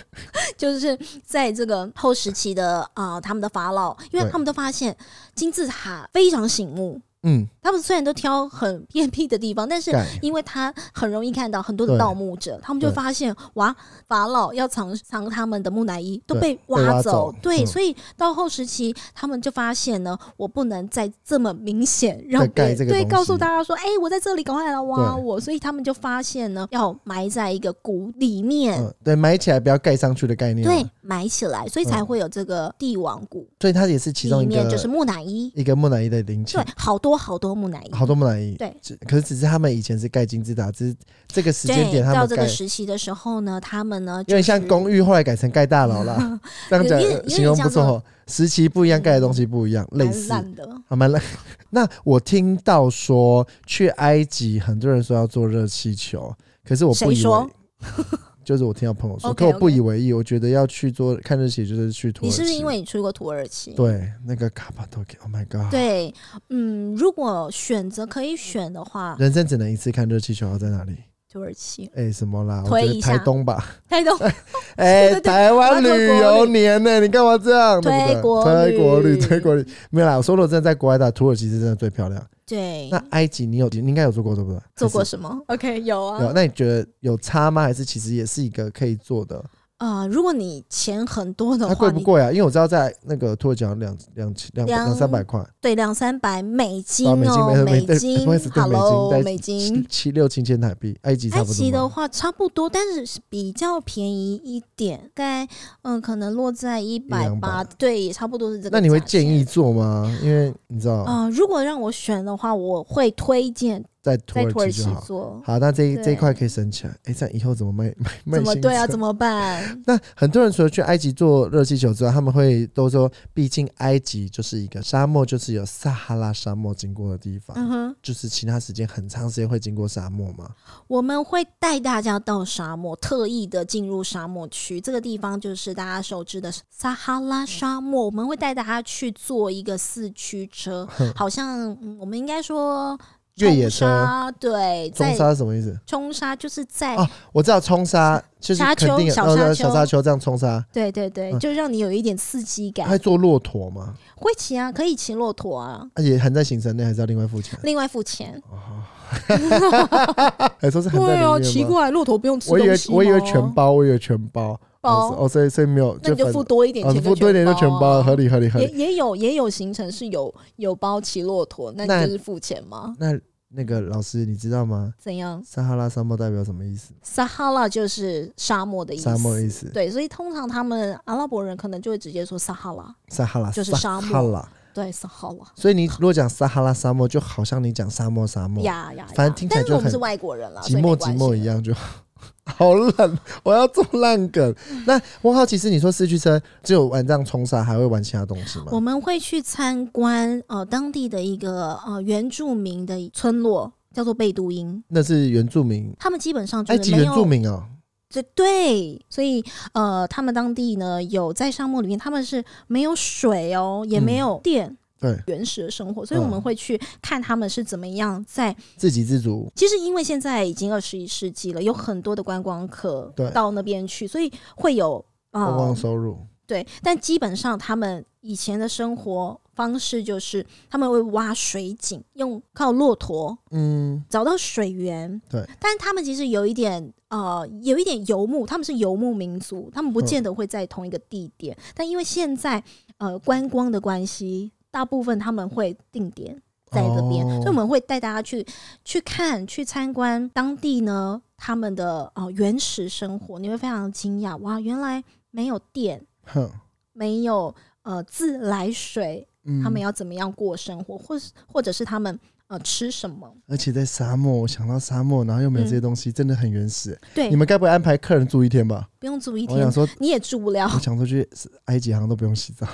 Speaker 3: 就是在这个后时期的啊、呃他们的法老，因为
Speaker 2: 对
Speaker 3: 他们都发现金字塔非常醒目。
Speaker 2: 嗯，
Speaker 3: 他们虽然都挑很偏僻的地方，但是
Speaker 2: 盖
Speaker 3: 因为它很容易看到很多的
Speaker 2: 对
Speaker 3: 盗墓者，他们就
Speaker 2: 对
Speaker 3: 发现哇，法老要藏藏他们的木乃伊都
Speaker 2: 对
Speaker 3: 被
Speaker 2: 被
Speaker 3: 挖
Speaker 2: 挖
Speaker 3: 走
Speaker 2: 走，
Speaker 3: 对，
Speaker 2: 嗯
Speaker 3: 所以到后时期他们就发现呢，我不能再这么明显让
Speaker 2: 再盖
Speaker 3: 别人
Speaker 2: 这个
Speaker 3: 对
Speaker 2: 东
Speaker 3: 告诉
Speaker 2: 西
Speaker 3: 大家说，哎、我在这里，赶快来挖
Speaker 2: 对
Speaker 3: 我，所以他们就发现呢，要埋在一个谷里面，
Speaker 2: 嗯，对，埋起来不要盖上去的概念。
Speaker 3: 对，，埋起来，所以才
Speaker 2: 嗯
Speaker 3: 会有这个帝王谷，
Speaker 2: 所以它也是其中
Speaker 3: 里
Speaker 2: 一
Speaker 3: 面
Speaker 2: 个
Speaker 3: 就是木乃伊，
Speaker 2: 一个木乃伊的陵寝
Speaker 3: 对，，好多好多木乃伊。
Speaker 2: 好多木乃伊。
Speaker 3: 对
Speaker 2: 只，可是只是他们以前是盖金字塔，只是这个时间
Speaker 3: 对，
Speaker 2: 点他
Speaker 3: 到
Speaker 2: 们
Speaker 3: 这
Speaker 2: 盖，
Speaker 3: 个
Speaker 2: 有
Speaker 3: 时期的时候呢，他们呢，就
Speaker 2: 点像
Speaker 3: 是
Speaker 2: 公寓，后来改成盖大楼啦。 这样讲
Speaker 3: 有点
Speaker 2: 呃形容不错哦，时期不一样，盖的东西不一样，类
Speaker 3: 蛮
Speaker 2: 似。
Speaker 3: 烂的，
Speaker 2: 好蛮烂。 那我听到说去埃及，很多人说要坐热气球，可是我不
Speaker 3: 谁
Speaker 2: 以为
Speaker 3: 说，
Speaker 2: 就是我听到朋友说，可
Speaker 3: OK，OK
Speaker 2: 我不以为意，我觉得要去做看热气球就是去土
Speaker 3: 你
Speaker 2: 耳其。
Speaker 3: 是不是因为你去过土耳其？
Speaker 2: 对那个卡帕多克？Oh my god！，
Speaker 3: 对，嗯，如果选择可以选的话，
Speaker 2: 人生只能一次看热气球，要在哪里？
Speaker 3: 土耳其、
Speaker 2: 哎、什么啦？我
Speaker 3: 推
Speaker 2: 觉
Speaker 3: 一
Speaker 2: 得台
Speaker 3: 下
Speaker 2: 东吧。
Speaker 3: 台东、
Speaker 2: 哎、
Speaker 3: 对对对
Speaker 2: 台湾旅游年呢、你干嘛这样？对不对
Speaker 3: 推国旅
Speaker 2: 推国旅，推国旅，没有啦。我说如果真的在国外打，土耳其是真的最漂亮。
Speaker 3: 对
Speaker 2: 那，埃及你有，你应该有做过对不对？
Speaker 3: 做嗯过
Speaker 2: 还是
Speaker 3: 什么？OK，有
Speaker 2: 有，
Speaker 3: 啊，
Speaker 2: 那你觉得有差吗？还是其实也是一个可以做的？
Speaker 3: 啊，如果你钱很多的
Speaker 2: 它
Speaker 3: 话，
Speaker 2: 贵不
Speaker 3: 你
Speaker 2: 贵啊？因为我知道在那个土耳其好像两两两
Speaker 3: 两
Speaker 2: 两三百块，
Speaker 3: 对两三百美金
Speaker 2: 美金
Speaker 3: 哦，
Speaker 2: 美对
Speaker 3: 金
Speaker 2: 不好意思对美金
Speaker 3: ，Hello，
Speaker 2: 但
Speaker 3: 美
Speaker 2: 七
Speaker 3: 金。
Speaker 2: 七六七千台币，埃及差
Speaker 3: 埃
Speaker 2: 不
Speaker 3: 及的
Speaker 2: 多吗。
Speaker 3: 话差不多，但是是比较便宜一点，该嗯、可能落在一百八，
Speaker 2: 180
Speaker 3: 对，也差不多是这个价钱。
Speaker 2: 那你会建议做吗？因为你知道，
Speaker 3: 啊、如果让我选的话，我会推荐
Speaker 2: 在土
Speaker 3: 在土
Speaker 2: 耳
Speaker 3: 耳
Speaker 2: 其
Speaker 3: 其
Speaker 2: 就好。
Speaker 3: 做。
Speaker 2: 好，那这一
Speaker 3: 对
Speaker 2: 这一块可以省起来。哎，这样以后怎么卖 卖卖
Speaker 3: 怎
Speaker 2: 新车？
Speaker 3: 么对啊？怎么 办？
Speaker 2: 那很多人除了去埃及做热气球之外，他们会都说，毕竟埃及就是一个沙漠，就是有撒哈拉沙漠经过的地方，
Speaker 3: 嗯哼，
Speaker 2: 就是其他时间很长时间会经过沙漠嘛。
Speaker 3: 我们会带大家到沙漠，特意的进入沙漠区。这个地方就是大家熟知的撒哈拉沙漠。我 们会带大家去做一个四驱车，好像、嗯我们应该说
Speaker 2: 越野
Speaker 3: 冲
Speaker 2: 车
Speaker 3: 沙对，
Speaker 2: 冲
Speaker 3: 在
Speaker 2: 沙是什么意思？
Speaker 3: 冲沙就是在、
Speaker 2: 哦，我知道冲沙就是
Speaker 3: 沙丘
Speaker 2: 肯定有
Speaker 3: 小
Speaker 2: 呃
Speaker 3: 沙
Speaker 2: 呃
Speaker 3: 丘
Speaker 2: 小沙丘这样冲沙，
Speaker 3: 对对对，
Speaker 2: 嗯哎
Speaker 3: 就让你有一点刺激感。
Speaker 2: 还坐骆驼吗？
Speaker 3: 会骑啊，可以骑骆驼啊，
Speaker 2: 而且含在行程内，还是要另外付 钱？
Speaker 3: 另外付钱。
Speaker 2: 还说是哦含在里面吗？
Speaker 3: 啊哦怪，骆驼不用
Speaker 2: 我以为
Speaker 3: 吗
Speaker 2: 我以为全，包，我以为全包
Speaker 3: 哦包
Speaker 2: 哦，所以所以没有，
Speaker 3: 那你就
Speaker 2: 反
Speaker 3: 付多一点
Speaker 2: 哦，
Speaker 3: 钱
Speaker 2: 你
Speaker 3: 就全包啊，
Speaker 2: 付多一点就全包了，合理合理合
Speaker 3: 也
Speaker 2: 理。
Speaker 3: 也有也有行程是有有包骑骆驼，那
Speaker 2: 那
Speaker 3: 你就是付钱吗？
Speaker 2: 那那个老师，你知道吗？
Speaker 3: 怎样？
Speaker 2: 撒哈拉沙漠代表什么意思？
Speaker 3: 撒哈拉就是沙漠的意思。
Speaker 2: 沙漠的意思，
Speaker 3: 对，所以通常他们阿拉伯人可能就会直接说撒哈拉，
Speaker 2: 撒哈拉
Speaker 3: 就是
Speaker 2: 撒
Speaker 3: 沙漠
Speaker 2: 哈拉。
Speaker 3: 对，撒哈拉。
Speaker 2: 所以你如果讲撒哈拉沙漠，就好像你讲沙漠沙漠，
Speaker 3: 呀呀，
Speaker 2: 反正
Speaker 3: 呀
Speaker 2: 听起来
Speaker 3: 但
Speaker 2: 就是
Speaker 3: 我们
Speaker 2: 很
Speaker 3: 是外国人了，
Speaker 2: 寂寞寂寞一样就 好。好冷，我要做烂梗。那我好奇是你说四驱车只有玩这样冲沙，还会玩其他东西吗？
Speaker 3: 我们会去参观呃当地的一个呃原住民的村落，叫做贝都因。
Speaker 2: 那是原住民，
Speaker 3: 他们基本上就
Speaker 2: 埃
Speaker 3: 是
Speaker 2: 及
Speaker 3: 没
Speaker 2: 原住
Speaker 3: 有
Speaker 2: 民哦、
Speaker 3: 这对，所以呃，他们当地呢有在沙漠里面，他们是没有水哦，也没
Speaker 2: 嗯
Speaker 3: 有电，
Speaker 2: 对，
Speaker 3: 原始的生活，所以我
Speaker 2: 嗯
Speaker 3: 们会去看他们是怎么样在。
Speaker 2: 自给自足。
Speaker 3: 其实因为现在已经二十一世纪了，有很多的观光客
Speaker 2: 对
Speaker 3: 到那边去，所以会有
Speaker 2: 观光
Speaker 3: 呃
Speaker 2: 收入，
Speaker 3: 对，但基本上他们以前的生活方式就是他们会挖水井，用靠骆驼
Speaker 2: 嗯，
Speaker 3: 找到水源。
Speaker 2: 对，
Speaker 3: 但他们其实有一点呃，有一点游牧，他们是游牧民族，他们不
Speaker 2: 嗯
Speaker 3: 见得会在同一个地点。但因为现在呃观光的关系，大部分他们会定点在这边，
Speaker 2: 哦
Speaker 3: 所以我们会带大家去去看、去参观当地呢他们的呃原始生活，你会非常惊讶，哇，原来没有电，
Speaker 2: 哼，
Speaker 3: 没有呃自来水，
Speaker 2: 嗯
Speaker 3: 他们要怎么样过生活，或是或者是他们呃吃什么？
Speaker 2: 而且在沙漠，我想到沙漠，然后又
Speaker 3: 嗯
Speaker 2: 没有这些东西，真的很原始。
Speaker 3: 对
Speaker 2: 你，们该不会安排客人住一天吧？
Speaker 3: 不用住哎一
Speaker 2: 我想
Speaker 3: 天，哦
Speaker 2: 说，
Speaker 3: 你也住不 了
Speaker 2: 我，想说去埃及好像都不用洗澡，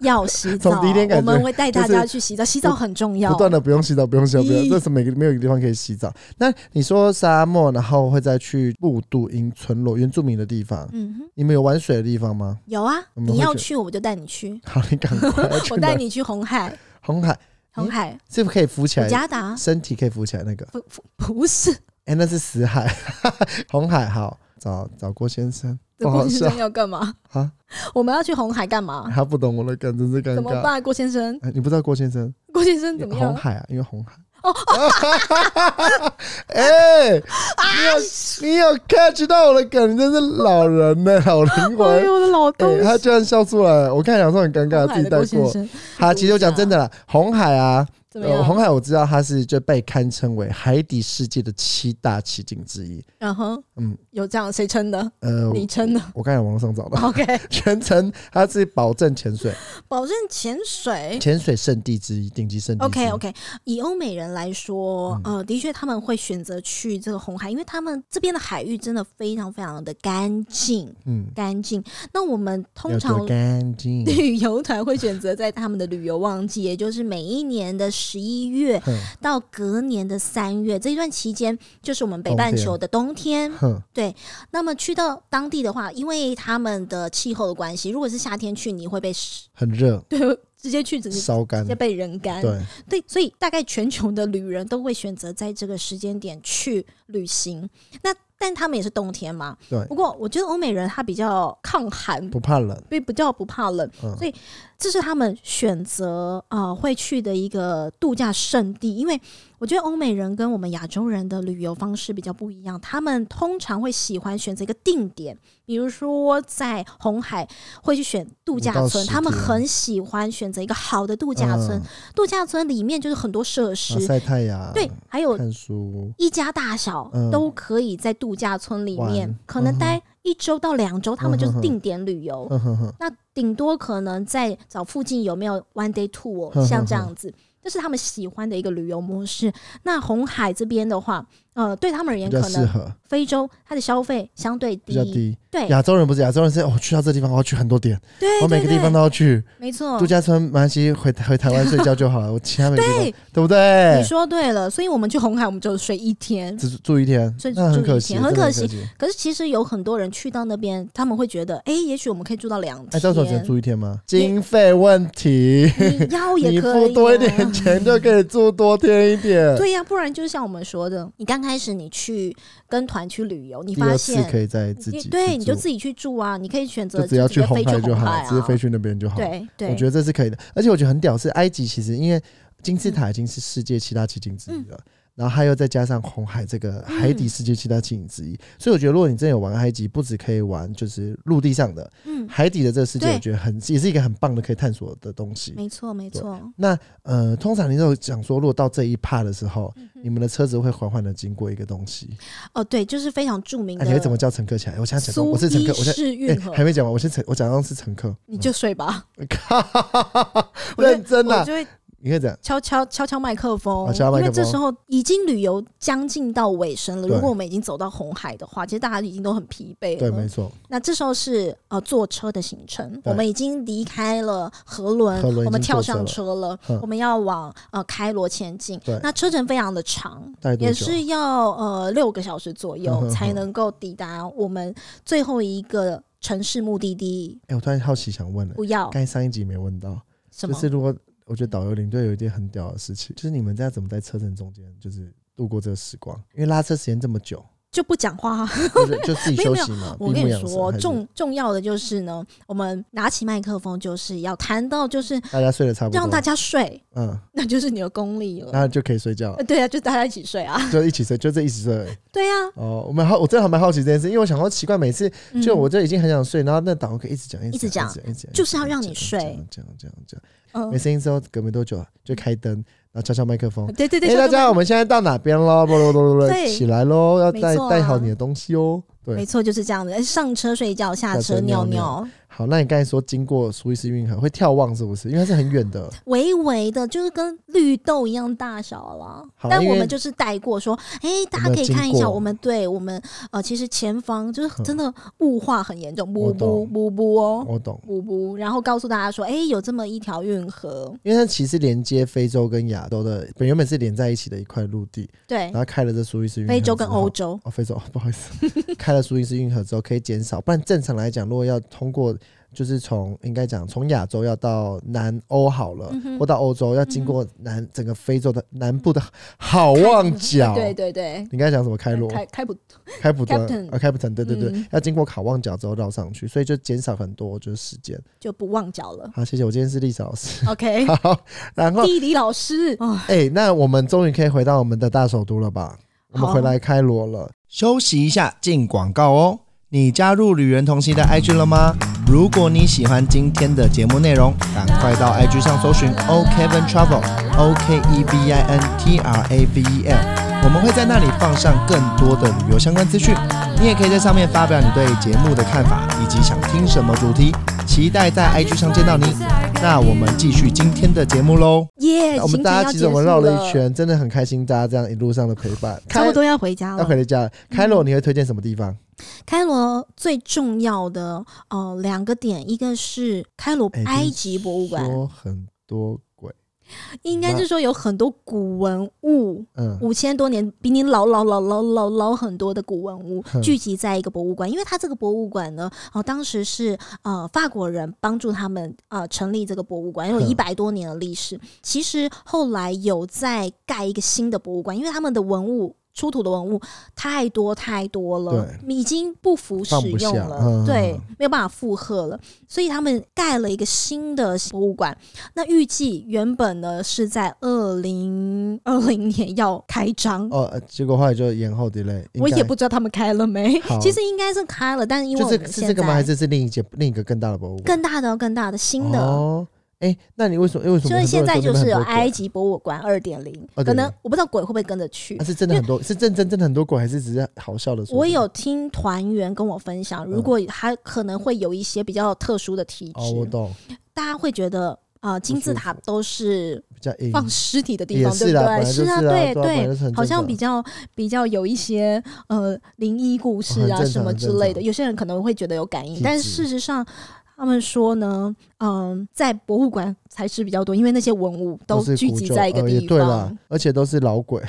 Speaker 3: 要洗澡。
Speaker 2: 从第一天开始
Speaker 3: 我们会带大
Speaker 2: 就
Speaker 3: 家
Speaker 2: 是
Speaker 3: 去洗澡，洗澡很重要
Speaker 2: 不。断的不用洗澡，不用洗澡，不用，
Speaker 3: 咦
Speaker 2: 这是每个没有一个地方可以洗澡。那你说沙漠，然后会再去布杜因村落，原住民的地方，
Speaker 3: 嗯哼，
Speaker 2: 你们有玩水的地方 吗？
Speaker 3: 有啊，
Speaker 2: 我们会
Speaker 3: 你要
Speaker 2: 去
Speaker 3: 去我就带你去，
Speaker 2: 好，你赶快去
Speaker 3: 我带
Speaker 2: 哪？
Speaker 3: 你去红海，
Speaker 2: 红海
Speaker 3: 红海
Speaker 2: 是不是可以浮起
Speaker 3: 普
Speaker 2: 来？
Speaker 3: 加达
Speaker 2: 身体可以浮起来那个？
Speaker 3: 啊不不不是，
Speaker 2: 哎、那是死海， 红海好，找找郭先生，
Speaker 3: 这
Speaker 2: 不好
Speaker 3: 郭
Speaker 2: 笑
Speaker 3: 先生要干嘛？
Speaker 2: 哦啊，
Speaker 3: 我们要去红海干嘛？
Speaker 2: 他不懂我的梗，真是尴
Speaker 3: 怎么
Speaker 2: 尬。
Speaker 3: 办，郭先生？
Speaker 2: 哎你不知道郭先生？
Speaker 3: 郭先生怎么
Speaker 2: 红
Speaker 3: 样？哦
Speaker 2: 海啊，因为红海。 哎、你有你有 catch 到我的梗，你真是老人呢、老灵
Speaker 3: 哎
Speaker 2: 魂。
Speaker 3: 呦，我的老
Speaker 2: 哎、
Speaker 3: 东西！
Speaker 2: 他居然笑出来了，我看想说很尴尬，
Speaker 3: 红
Speaker 2: 自
Speaker 3: 海
Speaker 2: 己
Speaker 3: 的
Speaker 2: 带
Speaker 3: 郭先
Speaker 2: 过。
Speaker 3: 生
Speaker 2: 好，其实我讲真的啦，红海啊，
Speaker 3: 怎么
Speaker 2: 呃、红
Speaker 3: 样？
Speaker 2: 海我知道它是就被堪称为海底世界的七大奇景之一。
Speaker 3: 然后
Speaker 2: 嗯，
Speaker 3: 有这样谁撑的？
Speaker 2: 呃，
Speaker 3: 你撑的。
Speaker 2: 我刚才网络上找的，
Speaker 3: OK，
Speaker 2: 全程它是保证潜水，
Speaker 3: 保证潜 水。
Speaker 2: 潜水圣地之一，顶级圣地之一。
Speaker 3: OK OK，以欧美人来说，
Speaker 2: 嗯
Speaker 3: 呃，的确他们会选择去这个红海，因为他们这边的海域真的非常非常的干净，
Speaker 2: 嗯，
Speaker 3: 干净。那我们通
Speaker 2: 要
Speaker 3: 常
Speaker 2: 多干净。
Speaker 3: 旅游团会选择在他们的旅游旺季，也就是每一年的十一月
Speaker 2: 哼
Speaker 3: 到隔年的三月这一段期间，就是我们北
Speaker 2: 冬
Speaker 3: 半
Speaker 2: 天
Speaker 3: 球的冬天。
Speaker 2: 哼，
Speaker 3: 那么去到当地的话，因为他们的气候的关系，如果是夏天去，你会被湿
Speaker 2: 很热，
Speaker 3: 对，直接去直接
Speaker 2: 烧干
Speaker 3: 直接。被人
Speaker 2: 嗯
Speaker 3: 干。
Speaker 2: 对，
Speaker 3: 对，所以大概全球的旅人都会选择在这个时间点去旅行。那但他们也是冬天嘛，
Speaker 2: 对
Speaker 3: 不过我觉得欧美人他比较抗寒，
Speaker 2: 不怕冷。
Speaker 3: 所以比较不怕冷，
Speaker 2: 嗯
Speaker 3: 所以这是他们选择呃会去的一个度假胜地。因为我觉得欧美人跟我们亚洲人的旅游方式比较不一样，他们通常会喜欢选择一个定点，比如说在红海会去选度假
Speaker 2: 五到
Speaker 3: 村，
Speaker 2: 十
Speaker 3: 他们
Speaker 2: 天
Speaker 3: 很喜欢选择一个好的度假村
Speaker 2: 嗯，
Speaker 3: 度假村里面就是很多设
Speaker 2: 啊
Speaker 3: 施，
Speaker 2: 晒太阳，
Speaker 3: 对，还有
Speaker 2: 看书，
Speaker 3: 一家大小
Speaker 2: 嗯
Speaker 3: 都可以在度假村里面
Speaker 2: 玩，
Speaker 3: 可
Speaker 2: 嗯
Speaker 3: 能
Speaker 2: 哼
Speaker 3: 待一周到两周，他们就
Speaker 2: 嗯哼嗯
Speaker 3: 是
Speaker 2: 哼
Speaker 3: 定点旅游。
Speaker 2: 哼哼哼，
Speaker 3: 那顶多可能在找附近有没有 one day
Speaker 2: 嗯
Speaker 3: tour，
Speaker 2: 哼哼
Speaker 3: 像这样子，这是他们喜欢的一个旅游模式。那红海这边的话，呃，对他们而言
Speaker 2: 比较
Speaker 3: 可
Speaker 2: 适
Speaker 3: 能
Speaker 2: 合，
Speaker 3: 非洲它的消费相对
Speaker 2: 比较
Speaker 3: 低，
Speaker 2: 低。
Speaker 3: 对
Speaker 2: 亚洲人不是亚洲人是，我、去到这地方我要去很多点，
Speaker 3: 对，
Speaker 2: 我每
Speaker 3: 对
Speaker 2: 个地方
Speaker 3: 对
Speaker 2: 都要去。
Speaker 3: 没错
Speaker 2: 度。假村、马来西亚回回台湾睡觉就好 了，我其他每个地方
Speaker 3: 对
Speaker 2: 对不
Speaker 3: 你
Speaker 2: 对？
Speaker 3: 说对了，所以我们去红海，我们就睡一天。
Speaker 2: 只住一天
Speaker 3: 所以，
Speaker 2: 那很
Speaker 3: 住一
Speaker 2: 可
Speaker 3: 天
Speaker 2: 惜，
Speaker 3: 很
Speaker 2: 真的
Speaker 3: 可
Speaker 2: 可
Speaker 3: 惜。可是其实有很多人去到那边，他们会觉得，哎、也许我们可以住到两
Speaker 2: 哎，
Speaker 3: 天。
Speaker 2: 张总只能住一天吗？经费问题，
Speaker 3: 你要也
Speaker 2: 你
Speaker 3: 可以、啊，
Speaker 2: 付多一点钱就可以住多天一点。
Speaker 3: 对呀、不然就像我们说的，你刚开始你去跟团去旅游，你
Speaker 2: 第
Speaker 3: 发
Speaker 2: 二次
Speaker 3: 现
Speaker 2: 可以再自
Speaker 3: 你
Speaker 2: 己
Speaker 3: 对，
Speaker 2: 去
Speaker 3: 你就
Speaker 2: 住
Speaker 3: 自己去住啊，你可以选择
Speaker 2: 就只要去
Speaker 3: 飞
Speaker 2: 红
Speaker 3: 去
Speaker 2: 海就好
Speaker 3: 海
Speaker 2: 了，
Speaker 3: 啊，
Speaker 2: 直接飞去那边就好。
Speaker 3: 对对，
Speaker 2: 我觉
Speaker 3: 得
Speaker 2: 得这是可以的，而且我觉得很屌是埃及，其实因为金
Speaker 3: 嗯
Speaker 2: 字塔已经是世界七大奇景之一了。然后它又再加上红海这个海
Speaker 3: 嗯
Speaker 2: 底世界七大奇景之一，所以我觉得如果你真的有玩埃及，不只可以玩就是陆地上的，
Speaker 3: 嗯，
Speaker 2: 海底的这个世界，
Speaker 3: 对
Speaker 2: 我觉得很也是一个很棒的可以探索的东西。
Speaker 3: 没错没
Speaker 2: 对
Speaker 3: 错，
Speaker 2: 那呃，通常你有讲说，如果到这一趴的时候，
Speaker 3: 嗯
Speaker 2: 你们的车子会缓缓的经过一个东西，
Speaker 3: 哦对，就是非常著名
Speaker 2: 啊、你会
Speaker 3: 的
Speaker 2: 怎么叫乘客起来？我现在讲说，
Speaker 3: 苏
Speaker 2: 我是乘
Speaker 3: 伊
Speaker 2: 客，我现在。
Speaker 3: 士
Speaker 2: 哎
Speaker 3: 运河，
Speaker 2: 还没讲完，我先乘，我假装是乘 客，
Speaker 3: 你就睡吧，
Speaker 2: 靠，
Speaker 3: 我就
Speaker 2: 认真
Speaker 3: 我
Speaker 2: 啊！
Speaker 3: 就会
Speaker 2: 你可以讲，
Speaker 3: 敲敲敲敲麦克风，
Speaker 2: 哦敲麦
Speaker 3: 因为
Speaker 2: 克风
Speaker 3: 这时候已经旅游将近到尾声了。
Speaker 2: 对
Speaker 3: 如果我们已经走到红海的话，其实大家已经都很疲惫了。
Speaker 2: 对，没错，
Speaker 3: 那这时候是呃坐车的行程，
Speaker 2: 对
Speaker 3: 我们已经离开了河
Speaker 2: 河
Speaker 3: 轮
Speaker 2: 轮，
Speaker 3: 我们
Speaker 2: 已经
Speaker 3: 跳
Speaker 2: 坐车
Speaker 3: 上
Speaker 2: 了
Speaker 3: 车了
Speaker 2: 嗯，
Speaker 3: 我们要往呃开罗前进
Speaker 2: 对。
Speaker 3: 那车程非常的长，
Speaker 2: 大概多
Speaker 3: 也
Speaker 2: 久？啊
Speaker 3: 是要呃六个小时左
Speaker 2: 嗯哼
Speaker 3: 右
Speaker 2: 哼
Speaker 3: 才能够抵达我们最后一个城市目的地。
Speaker 2: 哎，我突然好奇想问了，
Speaker 3: 不要
Speaker 2: 刚才上一集没问到，就
Speaker 3: 什么
Speaker 2: 是如果我觉得导游领队有一件很屌的事情，就是你们在怎么在车程中间就是度过这个时光，因为拉车时间这么 久，
Speaker 3: 就不讲话啊。
Speaker 2: 就是就自己
Speaker 3: 没有
Speaker 2: 休
Speaker 3: 没有
Speaker 2: 息嘛。
Speaker 3: 我
Speaker 2: 闭
Speaker 3: 跟
Speaker 2: 目
Speaker 3: 你
Speaker 2: 养神
Speaker 3: 说
Speaker 2: 还，是
Speaker 3: 重重要的就是呢，我们拿起麦克风就是要谈到，就是
Speaker 2: 大家睡得差不多，
Speaker 3: 让大家睡，
Speaker 2: 嗯，
Speaker 3: 那就是你的功力了。
Speaker 2: 然后就可以睡觉
Speaker 3: 呃，，对啊，就大家一起睡啊，
Speaker 2: 就一起睡，就这一起睡而已。
Speaker 3: 对啊，
Speaker 2: 哦，我们好，我真的还蛮好奇这件事，因为我想说奇怪，每次就
Speaker 3: 嗯
Speaker 2: 我就已经很想睡，然后那导游可以一直讲，
Speaker 3: 一
Speaker 2: 直
Speaker 3: 直
Speaker 2: 讲，
Speaker 3: 讲
Speaker 2: 一直讲，一直讲
Speaker 3: 就是要
Speaker 2: 一直
Speaker 3: 让
Speaker 2: 讲
Speaker 3: 你睡
Speaker 2: 讲讲讲讲，
Speaker 3: 嗯
Speaker 2: 没声音之后，隔没多久啊就开灯，然后敲敲麦克风。
Speaker 3: 对对对，
Speaker 2: 哎，
Speaker 3: 就
Speaker 2: 大
Speaker 3: 这么
Speaker 2: 家，我们现在到哪边喽？不不不不不，
Speaker 3: 对
Speaker 2: 起来喽，要带
Speaker 3: 没错啊
Speaker 2: 带好你的东西哦。对
Speaker 3: 没，错，就是这样的。哎上车睡觉，下
Speaker 2: 下车
Speaker 3: 车
Speaker 2: 尿
Speaker 3: 尿尿，
Speaker 2: 好，那你刚才说经过苏伊士运河会眺望是不是？因为它是很远的，
Speaker 3: 微微的，就是跟绿豆一样大小了
Speaker 2: 好。
Speaker 3: 但
Speaker 2: 因
Speaker 3: 我
Speaker 2: 为
Speaker 3: 们就是带过说，哎、大
Speaker 2: 有
Speaker 3: 家
Speaker 2: 没
Speaker 3: 可
Speaker 2: 有
Speaker 3: 以看一
Speaker 2: 经
Speaker 3: 下，
Speaker 2: 过
Speaker 3: 我们对我们呃，其实前方就是
Speaker 2: 嗯
Speaker 3: 真的雾化很严重，
Speaker 2: 我
Speaker 3: 不不不不哦。
Speaker 2: 我懂。
Speaker 3: 不不，然后告诉大家说，哎、有这么一条运河，
Speaker 2: 因为它其实连接非洲跟亚洲的，本原本是连在一起的一块陆地，
Speaker 3: 对
Speaker 2: 然，后开了这苏伊士运河之后，
Speaker 3: 哎非洲跟欧洲，
Speaker 2: 哦， 非洲，不好意思，开了苏伊士运河之后可以减少，不然正常来讲，如果要通过，就是从应该讲从亚洲要到南欧好了，
Speaker 3: 嗯哼嗯
Speaker 2: 或到欧洲，要经过南、整个非洲的南部的好望角。
Speaker 3: 对对对，
Speaker 2: 你刚才讲什么开罗、
Speaker 3: 呃开开不
Speaker 2: 开普敦
Speaker 3: Captain
Speaker 2: 啊，开普敦，对对对，
Speaker 3: 嗯
Speaker 2: 要经过好望角之后绕上去，所以就减少很多就是时间。
Speaker 3: 就不忘脚了。
Speaker 2: 好，谢谢，我今天是历史老 师。
Speaker 3: OK，
Speaker 2: 好，然后
Speaker 3: 地理老师啊，
Speaker 2: 哎、那我们终于可以回到我们的大首都了吧？我们
Speaker 3: 好
Speaker 2: 回来开罗了，休息一下，进广告哦。你加入旅人同行的 IG 了吗？如果你喜欢今天的节目内容，赶快到 IG 上搜寻 O Kevin Travel O K E V I N T R A V E L，我们会在那里放上更多的旅游相关资讯。你也可以在上面发表你对节目的看法，以及想听什么主题。期待在 IG 上见到你。那我们继续今天的节目喽。
Speaker 3: 耶、
Speaker 2: 我们
Speaker 3: 哎行程
Speaker 2: 大
Speaker 3: 要
Speaker 2: 家其
Speaker 3: 结
Speaker 2: 实我们
Speaker 3: 束
Speaker 2: 绕了一，圈，真的很开心，大家这样一路上的陪伴，
Speaker 3: 差不
Speaker 2: 开
Speaker 3: 多啊嗯要回家
Speaker 2: 要
Speaker 3: 了。
Speaker 2: 回家了。开罗你会推荐什么地方？
Speaker 3: 开罗最重要的哦两个点，一个是开罗
Speaker 2: 哎
Speaker 3: 埃及博物馆，
Speaker 2: 说很多鬼，
Speaker 3: 应该是说有很多古文物，
Speaker 2: 嗯，
Speaker 3: 五千多年比你老老老老老老很多的古文物
Speaker 2: 哼
Speaker 3: 聚集在一个博物馆，因为它这个博物馆呢，哦当时是呃法国人帮助他们呃成立这个博物馆，有
Speaker 2: 哼
Speaker 3: 一百多年的历史。其实后来有在盖一个新的博物馆，因为他们的文物。出土的文物太多太多了，已经不服使
Speaker 2: 放不
Speaker 3: 用
Speaker 2: 下
Speaker 3: 了，
Speaker 2: 嗯
Speaker 3: 对，没有办法负荷了，所以他们盖了一个新的博物馆。那预计原本呢是在二零二零年要开张，
Speaker 2: 哦，呃结果后来就延后 delay，应
Speaker 3: 我
Speaker 2: 该
Speaker 3: 也不知道他们开了没
Speaker 2: 好。
Speaker 3: 其实应该是开了，但是因为
Speaker 2: 就
Speaker 3: 我
Speaker 2: 是
Speaker 3: 们
Speaker 2: 是
Speaker 3: 现
Speaker 2: 这个吗？还
Speaker 3: 在
Speaker 2: 是是另一间另一个更大的博物馆？
Speaker 3: 更大的、更大的新的。
Speaker 2: 哦，哎，那你为什么？为什么很多
Speaker 3: 所
Speaker 2: 人
Speaker 3: 以
Speaker 2: 说
Speaker 3: 现
Speaker 2: 那
Speaker 3: 在
Speaker 2: 边很多
Speaker 3: 就
Speaker 2: 鬼？
Speaker 3: 是有埃及博物馆二点零，
Speaker 2: 2.0
Speaker 3: 可能我不知道鬼会不会跟着去
Speaker 2: 啊，。是真的很多，是真真真的很多鬼，还是只是嗯好笑的说？
Speaker 3: 我有听团员跟我分享，如果他可能会有一些比较特殊的体
Speaker 2: 哦，我
Speaker 3: 质，
Speaker 2: 懂，
Speaker 3: 大家会觉得啊、呃金字塔都是
Speaker 2: 比较硬，
Speaker 3: 放尸体的地
Speaker 2: 嗯也
Speaker 3: 方，对
Speaker 2: 是
Speaker 3: 不
Speaker 2: 啦，本来
Speaker 3: 对？
Speaker 2: 就是
Speaker 3: 啊，
Speaker 2: 啦
Speaker 3: 对
Speaker 2: 啊本来就是很
Speaker 3: 好
Speaker 2: 正
Speaker 3: 像
Speaker 2: 常
Speaker 3: 比较比较有一些呃灵异故事
Speaker 2: 哦很
Speaker 3: 啊
Speaker 2: 正
Speaker 3: 什
Speaker 2: 常
Speaker 3: 么
Speaker 2: 很
Speaker 3: 之
Speaker 2: 正
Speaker 3: 类的，
Speaker 2: 常
Speaker 3: 有些人可能会觉得有感应
Speaker 2: 体，
Speaker 3: 但
Speaker 2: 质
Speaker 3: 事实上。他们说呢，嗯，在博物馆才是比较多，因为那些文物都
Speaker 2: 是
Speaker 3: 聚
Speaker 2: 古
Speaker 3: 集
Speaker 2: 旧
Speaker 3: 在一个
Speaker 2: 呃也
Speaker 3: 地
Speaker 2: 对啦
Speaker 3: 方，，
Speaker 2: 而且都是老 鬼，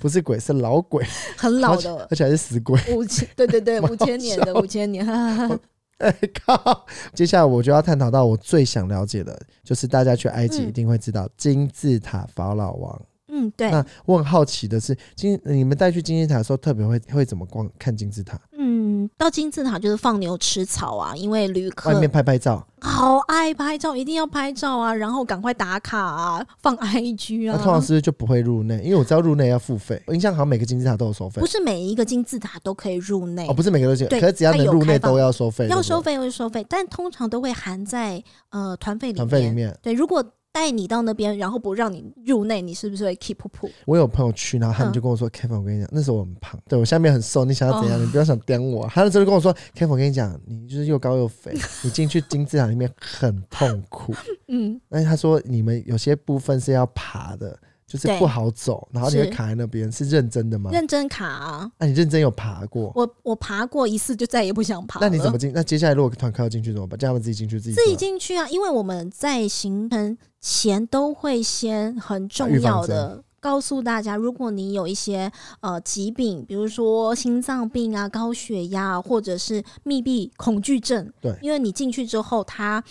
Speaker 2: 不是鬼是老鬼，
Speaker 3: 很
Speaker 2: 而
Speaker 3: 老
Speaker 2: 且
Speaker 3: 的
Speaker 2: 而且还是死鬼。
Speaker 3: 五千，对对对，
Speaker 2: 蛮
Speaker 3: 五
Speaker 2: 好
Speaker 3: 千年
Speaker 2: 笑
Speaker 3: 的五千年，哈哈哈
Speaker 2: 哎靠！接下来我就要探讨到我最想了解的，就是大家去埃及
Speaker 3: 嗯
Speaker 2: 一定会知道金字塔法老王。
Speaker 3: 嗯，对，
Speaker 2: 那我很好奇的是，金你们带去金字塔的时候，特别会会怎么逛看金字塔？
Speaker 3: 嗯，到金字塔就是放牛吃草啊，因为旅
Speaker 2: 外
Speaker 3: 客
Speaker 2: 面拍拍照，
Speaker 3: 好爱拍照，一定要拍照啊，然后赶快打卡啊，放 IG
Speaker 2: 那、
Speaker 3: 啊。
Speaker 2: 通常是不是就不会入内，因为我知道入内要付费。我印象好像每个金字塔都有收费
Speaker 3: 不，是每一个金字塔都可以入内，
Speaker 2: 哦，不是每个都行，
Speaker 3: 对
Speaker 2: 可是只要能入内都要收费，
Speaker 3: 要
Speaker 2: 对不对
Speaker 3: 收费会收费，但通常都会含在呃团费里
Speaker 2: 团
Speaker 3: 面。
Speaker 2: 费里面。
Speaker 3: 对，如果带你到那边，然后不让你入内，你是不是会 keep 普？
Speaker 2: 我有朋友去，然后他们
Speaker 3: 嗯哦
Speaker 2: 就跟我说、k e v i n 我跟你讲，那时候我很胖，对我下面很瘦，你想要怎样？你不要想刁我。”他那时候就跟我说 k e v i n 我跟你讲，你就是又高又肥， 你进去金字塔里面很痛苦。
Speaker 3: 嗯，
Speaker 2: 但是他说你们有些部分是要爬的，就是
Speaker 3: 对
Speaker 2: 不好走，然后你会
Speaker 3: 是
Speaker 2: 卡在那边，是认真的吗？
Speaker 3: 认真卡、啊。
Speaker 2: 那、你认真有爬过？
Speaker 3: 我我爬过一次，就再也不想爬了。
Speaker 2: 那你怎么进？那接下来如果团客要进去怎么办？叫他们自己进去自己
Speaker 3: 自己
Speaker 2: 做
Speaker 3: 进去啊，因为我们在行程前都会先很重要的告诉大家，如果你有一些呃疾病，比如说心脏病啊、高血压啊，或者是密闭恐惧症，
Speaker 2: 对
Speaker 3: 因为你进去之后，它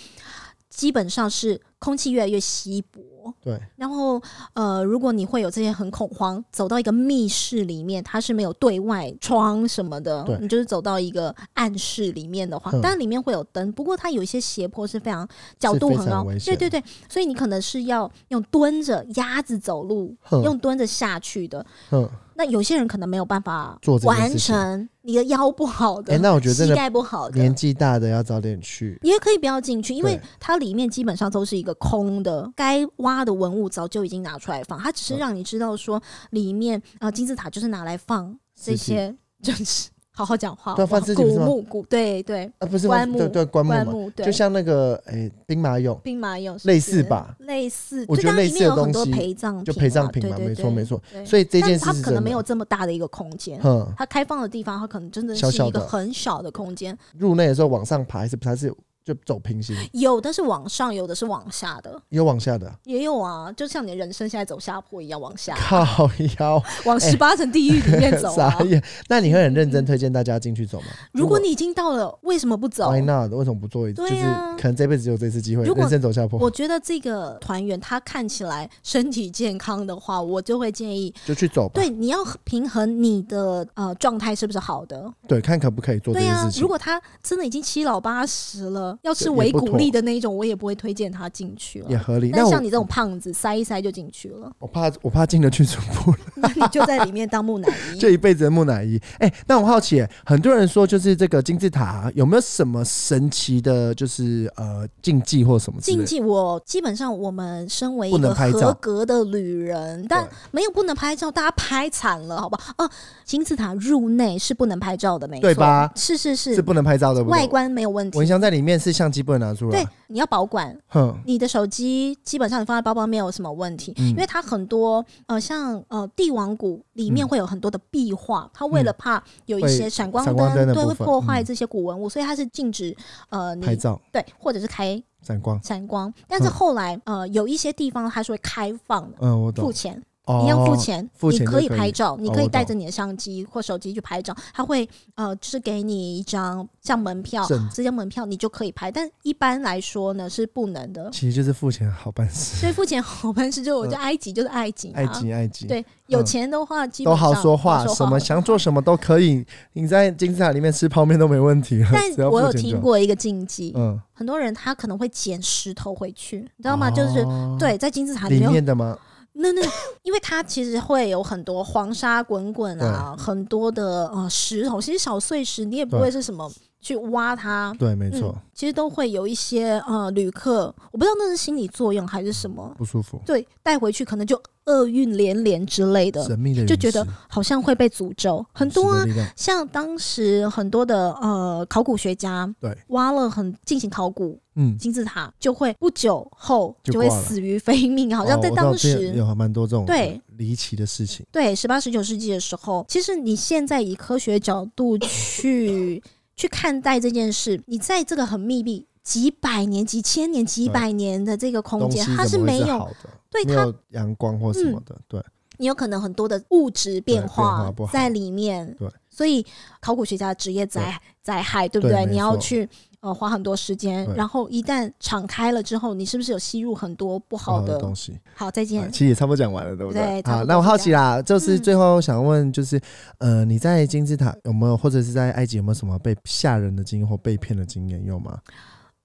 Speaker 3: 基本上是空气越来越稀薄。
Speaker 2: 对，
Speaker 3: 然后，呃，如果你会有这些很恐慌，走到一个密室里面，它是没有对外窗什么的
Speaker 2: 对，
Speaker 3: 你就是走到一个暗室里面的话，
Speaker 2: 嗯
Speaker 3: 当然里面会有灯，不过它有一些斜坡是非常角
Speaker 2: 是
Speaker 3: 度
Speaker 2: 非
Speaker 3: 很
Speaker 2: 常
Speaker 3: 高
Speaker 2: 危，
Speaker 3: 对
Speaker 2: 险
Speaker 3: 对对，所以你可能是要用蹲着鸭子走路，
Speaker 2: 哼
Speaker 3: 用蹲着下去的。
Speaker 2: 哼。
Speaker 3: 那有些人可能没有办法
Speaker 2: 做这件事
Speaker 3: 完
Speaker 2: 情
Speaker 3: 成，你的腰不好的，
Speaker 2: 诶那我觉得真的
Speaker 3: 膝盖不好的，
Speaker 2: 年纪大的要早点去，
Speaker 3: 也可以不要进去，因为
Speaker 2: 对
Speaker 3: 它里面基本上都是一个空的，该挖的文物早就已经拿出来放，它只是
Speaker 2: 嗯
Speaker 3: 让你知道说里面啊、呃金字塔就是拿来放
Speaker 2: 尸
Speaker 3: 这
Speaker 2: 体
Speaker 3: 些，就是好好讲话，
Speaker 2: 对啊放
Speaker 3: 哇
Speaker 2: 尸体不
Speaker 3: 古
Speaker 2: 是吗
Speaker 3: 墓古对对
Speaker 2: 啊，不是
Speaker 3: 棺
Speaker 2: 对
Speaker 3: 木
Speaker 2: 对棺木
Speaker 3: 棺
Speaker 2: 嘛，
Speaker 3: 木对，
Speaker 2: 就像那个诶兵马俑
Speaker 3: 兵马俑是
Speaker 2: 类似吧，
Speaker 3: 类似，
Speaker 2: 我
Speaker 3: 对
Speaker 2: 觉得
Speaker 3: 当然
Speaker 2: 类
Speaker 3: 里
Speaker 2: 似
Speaker 3: 面
Speaker 2: 的
Speaker 3: 有很多
Speaker 2: 东西
Speaker 3: 陪葬
Speaker 2: 就
Speaker 3: 品
Speaker 2: 陪葬
Speaker 3: 嘛
Speaker 2: 品嘛，
Speaker 3: 对
Speaker 2: 没
Speaker 3: 对
Speaker 2: 错没错。
Speaker 3: 对
Speaker 2: 所以这件
Speaker 3: 但
Speaker 2: 事
Speaker 3: 它
Speaker 2: 是
Speaker 3: 可能
Speaker 2: 真
Speaker 3: 没有
Speaker 2: 的，
Speaker 3: 这么大的一个空间，
Speaker 2: 哼，
Speaker 3: 它开放的地方，它可能真的
Speaker 2: 小
Speaker 3: 是
Speaker 2: 小
Speaker 3: 一个
Speaker 2: 的
Speaker 3: 很小的空间，
Speaker 2: 入内的时候往上爬还是它是就走平行，
Speaker 3: 有的是往上，有的是往下的。
Speaker 2: 有往下 的，
Speaker 3: 也有啊，就像你的人生现在走下坡一样，往 下，
Speaker 2: 靠腰，
Speaker 3: 往
Speaker 2: 哎
Speaker 3: 十八层地狱里面 走啊 嗯
Speaker 2: 傻。眼。那你会很认真推荐大家进去走吗？
Speaker 3: 如果你已经到了，为什么不走
Speaker 2: Why？not？为什么不做一次？
Speaker 3: 对
Speaker 2: 就是
Speaker 3: 啊
Speaker 2: 可能这辈子只有这次机会，
Speaker 3: 如果
Speaker 2: 人生走下
Speaker 3: 我
Speaker 2: 坡，
Speaker 3: 觉得这个团员他看起来身体健康的话，我就会建议，
Speaker 2: 就去走吧。
Speaker 3: 对，你要平衡你的呃状态是不是好的？
Speaker 2: 对，看可不可以做这
Speaker 3: 对
Speaker 2: 件
Speaker 3: 啊
Speaker 2: 事，情。
Speaker 3: 如果他真的已经七老八十了，要吃
Speaker 2: 也
Speaker 3: 维
Speaker 2: 不
Speaker 3: 骨
Speaker 2: 妥
Speaker 3: 力的那一种，我也不会推荐他进去
Speaker 2: 也
Speaker 3: 了。
Speaker 2: 合理，
Speaker 3: 但
Speaker 2: 那我
Speaker 3: 像你这种胖子，塞一塞就进去了，
Speaker 2: 我怕我怕进得去出不了，
Speaker 3: 那你就在里面当木乃 伊。
Speaker 2: 这一辈子的木乃伊。哎、那我好奇、很多人说就是这个金字塔、啊有没有什么神奇的，就是呃禁忌或什么之类
Speaker 3: 禁
Speaker 2: 的？
Speaker 3: 忌，我基本上我们身为一
Speaker 2: 不能
Speaker 3: 个
Speaker 2: 拍照
Speaker 3: 合格的旅人，但没有不能拍照，大家拍惨了，好不好？哦、金字塔入内是不能拍照的，没错，
Speaker 2: 对吧？
Speaker 3: 是是是，
Speaker 2: 是不能拍照的，对不对
Speaker 3: 外观没有问题
Speaker 2: 我。印象在里面是相机不能拿出来
Speaker 3: 对。，你要保管
Speaker 2: 哼，
Speaker 3: 你的手机，基本上你放在包包没有什么问题，
Speaker 2: 嗯
Speaker 3: 因为它很多呃，像呃帝王谷里面
Speaker 2: 嗯
Speaker 3: 会有很多的壁画，它为了怕有一
Speaker 2: 会
Speaker 3: 些闪光
Speaker 2: 闪光灯的
Speaker 3: 对
Speaker 2: 部
Speaker 3: 会
Speaker 2: 分
Speaker 3: 破坏
Speaker 2: 嗯
Speaker 3: 这些古文物，所以它是禁止呃
Speaker 2: 拍
Speaker 3: 你
Speaker 2: 照
Speaker 3: 对或者是开
Speaker 2: 闪光。
Speaker 3: 闪光，但是
Speaker 2: 嗯
Speaker 3: 后来呃，有一些地方它是会开放的，
Speaker 2: 嗯，我懂
Speaker 3: 付。钱，
Speaker 2: 哦
Speaker 3: 你要付钱，
Speaker 2: 付钱
Speaker 3: 你可以
Speaker 2: 就可以
Speaker 3: 拍照，你可
Speaker 2: 我
Speaker 3: 以
Speaker 2: 懂
Speaker 3: 带着你的相机或手机去拍照，它会呃，就是给你一张像门票
Speaker 2: 证，
Speaker 3: 这张门票你就可以拍，但一般来说呢是不能的。
Speaker 2: 其实就是付钱好办事。
Speaker 3: 所以付钱好办事，就我
Speaker 2: 嗯
Speaker 3: 就埃及就是埃及嘛，
Speaker 2: 埃及，埃及，，
Speaker 3: 啊
Speaker 2: 嗯
Speaker 3: 对，有钱的话基本
Speaker 2: 都
Speaker 3: 上
Speaker 2: 好说话，什么想做什么都可以。你在金字塔里面吃泡面都没问题了，
Speaker 3: 但
Speaker 2: 只要
Speaker 3: 我
Speaker 2: 付
Speaker 3: 有
Speaker 2: 钱就
Speaker 3: 听
Speaker 2: 好。
Speaker 3: 过一个禁忌，
Speaker 2: 嗯，
Speaker 3: 很多人他可能会捡石头回去，你
Speaker 2: 知
Speaker 3: 知道吗？就是对，在金字塔
Speaker 2: 哦
Speaker 3: 里
Speaker 2: 里
Speaker 3: 面有
Speaker 2: 面的吗？
Speaker 3: 那那，因为它其实会有很多黄沙滚滚啊，很多的呃石头，其实小碎石你也不
Speaker 2: 对
Speaker 3: 会是什么去挖它，
Speaker 2: 对，没错
Speaker 3: 嗯，其实都会有一些呃旅客，我不知道那是心理作用还是什么，
Speaker 2: 不舒服。
Speaker 3: 对，带回去可能就厄运连连之类的，
Speaker 2: 神秘的陨石
Speaker 3: 就觉得好像会被诅咒。很
Speaker 2: 陨
Speaker 3: 多
Speaker 2: 石
Speaker 3: 啊
Speaker 2: 的，力量
Speaker 3: 像当时很多的呃考古学家，
Speaker 2: 对
Speaker 3: 挖了很进行考古
Speaker 2: 嗯，
Speaker 3: 金字塔，就会不久后
Speaker 2: 就
Speaker 3: 就会
Speaker 2: 挂了
Speaker 3: 死于非命，好
Speaker 2: 哦
Speaker 3: 像在
Speaker 2: 我知道
Speaker 3: 当
Speaker 2: 之前
Speaker 3: 时。
Speaker 2: 有还蛮多这种
Speaker 3: 对
Speaker 2: 离奇的事情，
Speaker 3: 对，十八十九世纪的时候，其实你现在以科学角度去去看待这件事，你在这个很密闭。几百年、几千年、几百年的这个空
Speaker 2: 东西
Speaker 3: 间，
Speaker 2: 怎
Speaker 3: 它
Speaker 2: 么
Speaker 3: 是没
Speaker 2: 会
Speaker 3: 有
Speaker 2: 好的？
Speaker 3: 对
Speaker 2: 没
Speaker 3: 它嗯
Speaker 2: 有阳光或什么的，对，
Speaker 3: 你有可能很多的物质
Speaker 2: 对
Speaker 3: 变
Speaker 2: 变化
Speaker 3: 化
Speaker 2: 不好
Speaker 3: 在里面，
Speaker 2: 对
Speaker 3: 所以考古学家的职业灾灾害，对不
Speaker 2: 对
Speaker 3: 对？
Speaker 2: 没
Speaker 3: 你要
Speaker 2: 错
Speaker 3: 去呃花很多时间
Speaker 2: 对，
Speaker 3: 然后一旦敞开了之后，你是不是有吸入很多不好
Speaker 2: 好
Speaker 3: 的？
Speaker 2: 东西。
Speaker 3: 好，再见
Speaker 2: 哎。其实也差不多讲完了，对不
Speaker 3: 对差不
Speaker 2: 好，
Speaker 3: 多
Speaker 2: 那我好奇啦，就是
Speaker 3: 嗯
Speaker 2: 最后想问，就是呃，你在金字塔有没有，或者是在埃及有没有什么被吓人的经验或被骗的经验有吗？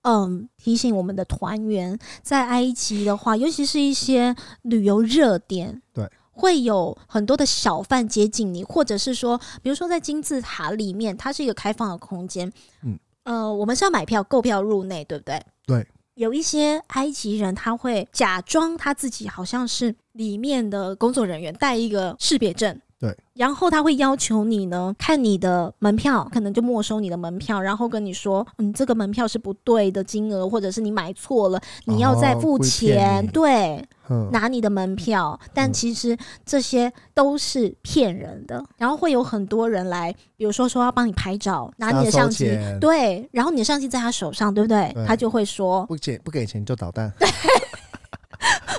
Speaker 3: 嗯，提醒我们的团员，在埃及的话，尤其是一些旅游热点，
Speaker 2: 对，
Speaker 3: 会有很多的小贩接近你，或者是说，比如说在金字塔里面，它是一个开放的空间，
Speaker 2: 嗯，
Speaker 3: 呃，我们是要买票购票入内，对不对？
Speaker 2: 对。
Speaker 3: 有一些埃及人，他会假装他自己好像是里面的工作人员，带一个识别证。
Speaker 2: 对，
Speaker 3: 然后他会要求你呢，看你的门票，可能就没收你的门票，然后跟你说，嗯，这个门票是不对的金额，或者是你买错了，你要再
Speaker 2: 哦
Speaker 3: 付
Speaker 2: 故意骗
Speaker 3: 钱。
Speaker 2: 你
Speaker 3: 对，
Speaker 2: 嗯，
Speaker 3: 拿你的门票，但
Speaker 2: 嗯
Speaker 3: 其实这些都是骗人的。然后会有很多人来，比如说说要帮你拍照，拿你的
Speaker 2: 他收
Speaker 3: 相机
Speaker 2: 钱，
Speaker 3: 对，然后你的相机在他手上，对不对？
Speaker 2: 对
Speaker 3: 他就会说
Speaker 2: 不给不给钱就捣蛋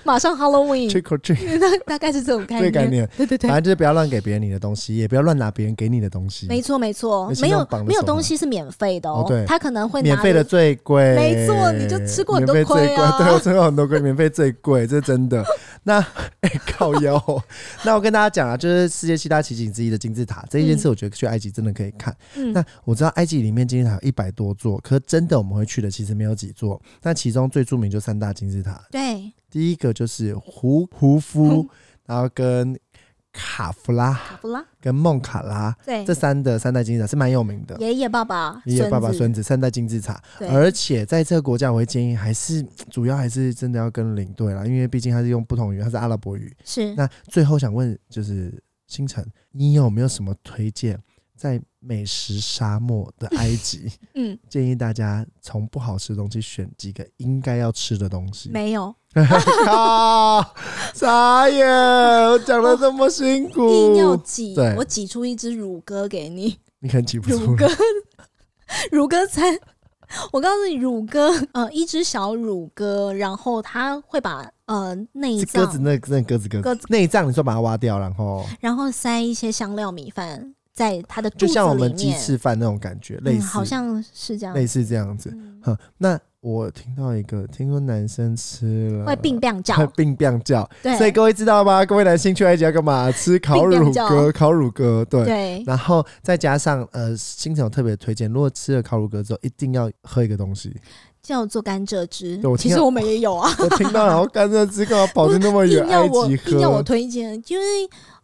Speaker 3: 马上 Halloween，
Speaker 2: ，trick or treat，
Speaker 3: 大概是这种概
Speaker 2: 这个概
Speaker 3: 念。
Speaker 2: 念，
Speaker 3: 对对
Speaker 2: 反
Speaker 3: 对，
Speaker 2: 正就是不要乱给别人你的东西，也不要乱拿别人给你的东西。
Speaker 3: 没错没错
Speaker 2: 尤，其
Speaker 3: 没
Speaker 2: 那
Speaker 3: 有
Speaker 2: 种绑着
Speaker 3: 没有
Speaker 2: 手
Speaker 3: 东
Speaker 2: 的
Speaker 3: 西是免费的
Speaker 2: 哦对
Speaker 3: 他可能会
Speaker 2: 免
Speaker 3: 拿
Speaker 2: 费的最贵，
Speaker 3: 没错你就吃过很多
Speaker 2: 免费最
Speaker 3: 亏啊
Speaker 2: 贵对我吃过很多亏，免费最贵，这是真的。那、哎靠腰，那我跟大家讲啊，就是世界七大奇景之一的金字塔这一件事，我觉得去埃及真的可以看。
Speaker 3: 嗯
Speaker 2: 那我知道埃及里面金字塔有一百多座，可是真的我们会去的其实没有几座。那其中最著名就三大金字塔，
Speaker 3: 对
Speaker 2: 第一个就是胡胡夫，然后跟卡夫拉
Speaker 3: 卡布拉
Speaker 2: 跟孟卡拉
Speaker 3: 对
Speaker 2: 这三的三代金字塔是蛮有名的。
Speaker 3: 爷爷爸爸
Speaker 2: 爷爷、爸爸、
Speaker 3: 子
Speaker 2: 孙子三代金字塔，
Speaker 3: 对
Speaker 2: 而且在这个国家，我会建议还是主要还是真的要跟领队啦，因为毕竟他是用不同语言，他是阿拉伯语。
Speaker 3: 是
Speaker 2: 那最后想问，就是星辰，你有没有什么推荐在美食沙漠的埃 及，
Speaker 3: 嗯
Speaker 2: 建议大家从不好吃的东西选几个应该要吃的东西？
Speaker 3: 没有
Speaker 2: 靠，傻眼，我讲的这么辛
Speaker 3: 哦硬要
Speaker 2: 苦，
Speaker 3: 挤
Speaker 2: 哦对，
Speaker 3: 我挤出一只乳鸽给你。
Speaker 2: 你可能记不
Speaker 3: 乳
Speaker 2: 住了
Speaker 3: 鸽， 乳鸽餐。我告诉你，乳鸽，呃，一只小乳鸽，然后它会把呃内
Speaker 2: 是鸽子
Speaker 3: 脏，
Speaker 2: 那那鸽子鸽
Speaker 3: 鸽
Speaker 2: 子
Speaker 3: 子
Speaker 2: 内脏，你说把它挖掉，然后。
Speaker 3: 然后塞一些香料米饭在它的肚
Speaker 2: 就
Speaker 3: 子里面，
Speaker 2: 像我们鸡翅饭那种感觉，类
Speaker 3: 嗯，
Speaker 2: 似、
Speaker 3: 好像是这样，
Speaker 2: 类似这样子。
Speaker 3: 嗯
Speaker 2: 哼，那我听到一个，听说男生吃了
Speaker 3: 会病 病
Speaker 2: 会
Speaker 3: 叫，
Speaker 2: 病病叫，
Speaker 3: 对，
Speaker 2: 所以各位知道吗？各位男性去埃及要干嘛？吃烤
Speaker 3: 病
Speaker 2: 乳
Speaker 3: 病叫
Speaker 2: 鸽，烤乳鸽，对。
Speaker 3: 对
Speaker 2: 然后再加上呃，星辰有特别推荐，如果吃了烤乳鸽之后，一定要喝一个东 西。
Speaker 3: 叫做甘蔗汁
Speaker 2: 对我。
Speaker 3: 其
Speaker 2: 听
Speaker 3: 实
Speaker 2: 到
Speaker 3: 我们也有啊，
Speaker 2: 我听到然后干这吃，干嘛跑去那么远
Speaker 3: 硬要
Speaker 2: 埃
Speaker 3: 我
Speaker 2: 及
Speaker 3: 硬要我
Speaker 2: 喝？
Speaker 3: 推荐，因为。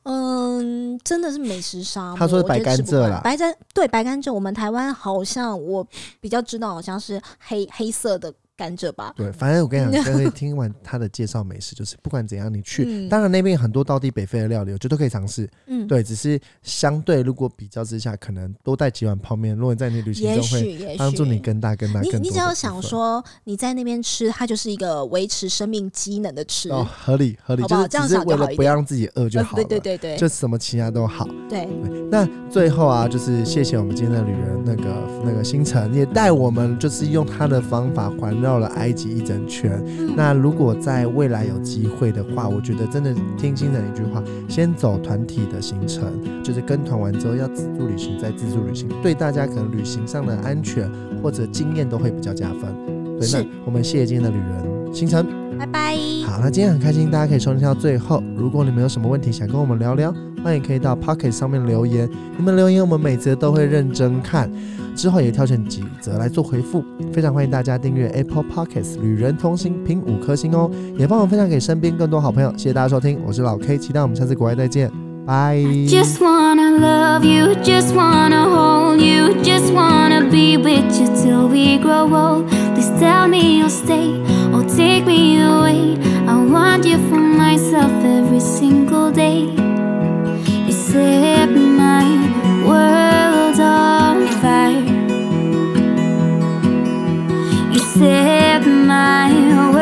Speaker 3: 嗯，真的是美食沙漠。
Speaker 2: 他说是
Speaker 3: 我觉
Speaker 2: 白
Speaker 3: 得
Speaker 2: 甘
Speaker 3: 吃不
Speaker 2: 蔗
Speaker 3: 惯
Speaker 2: 啦
Speaker 3: 白甘对白甘蔗，我们台湾好像我比较知道，好像是黑黑色的甘蔗吧。
Speaker 2: 对，反正我跟你讲，
Speaker 3: 嗯
Speaker 2: 各位听完他的介绍美食，就是不管怎样你去，
Speaker 3: 嗯
Speaker 2: 当然那边有很多道地北非的料理，我觉得都可以尝试。
Speaker 3: 嗯，
Speaker 2: 对，只是相对如果比较之下，可能多带几碗泡面。如果你在你旅行
Speaker 3: 也
Speaker 2: 中会
Speaker 3: 许也许
Speaker 2: 帮助你更大更大更
Speaker 3: 你
Speaker 2: 多。
Speaker 3: 你只要想，说你在那边吃，它就是一个维持生命机能的吃，
Speaker 2: 哦，合理合理，
Speaker 3: 好不
Speaker 2: 就
Speaker 3: 好
Speaker 2: 是只
Speaker 3: 这样
Speaker 2: 是
Speaker 3: 想就
Speaker 2: 为了
Speaker 3: 好一
Speaker 2: 不
Speaker 3: 点
Speaker 2: 让自己饿就
Speaker 3: 呃
Speaker 2: 好了，
Speaker 3: 对对对对
Speaker 2: 就什么其他都好。
Speaker 3: 对，
Speaker 2: 对那最后啊，就是谢谢我们今天的旅人那个那个星辰，也带我们就是用他的方法环绕了埃及一整圈。那如果在未来有机会的话，我觉得真的听星辰一句话，先走团体的行程，就是跟团完之后要自助旅行，再自助旅行，对大家可能旅行上的安全或者经验都会比较加分。对，那
Speaker 3: 是
Speaker 2: 我们谢谢今天的旅人星辰。
Speaker 3: 拜拜。
Speaker 2: 好，那今天很开心，大家可以收听到最后。如果你们有什么问题想跟我们聊聊，欢迎可以到 Pocket 上面留言。你们留言，我们每则都会认真看，之后也挑选几则来做回复。非常欢迎大家订阅 Apple Pockets 旅人同行，评五颗星哦，也帮我分享给身边更多好朋友。谢谢大家收听，我是老 K，期待我们下次国外再见，拜。
Speaker 1: Just wanna love you, just wanna hold you, just wanna be with you till we grow old. Please tell me you'll stay or take me away. I want you for myself every get my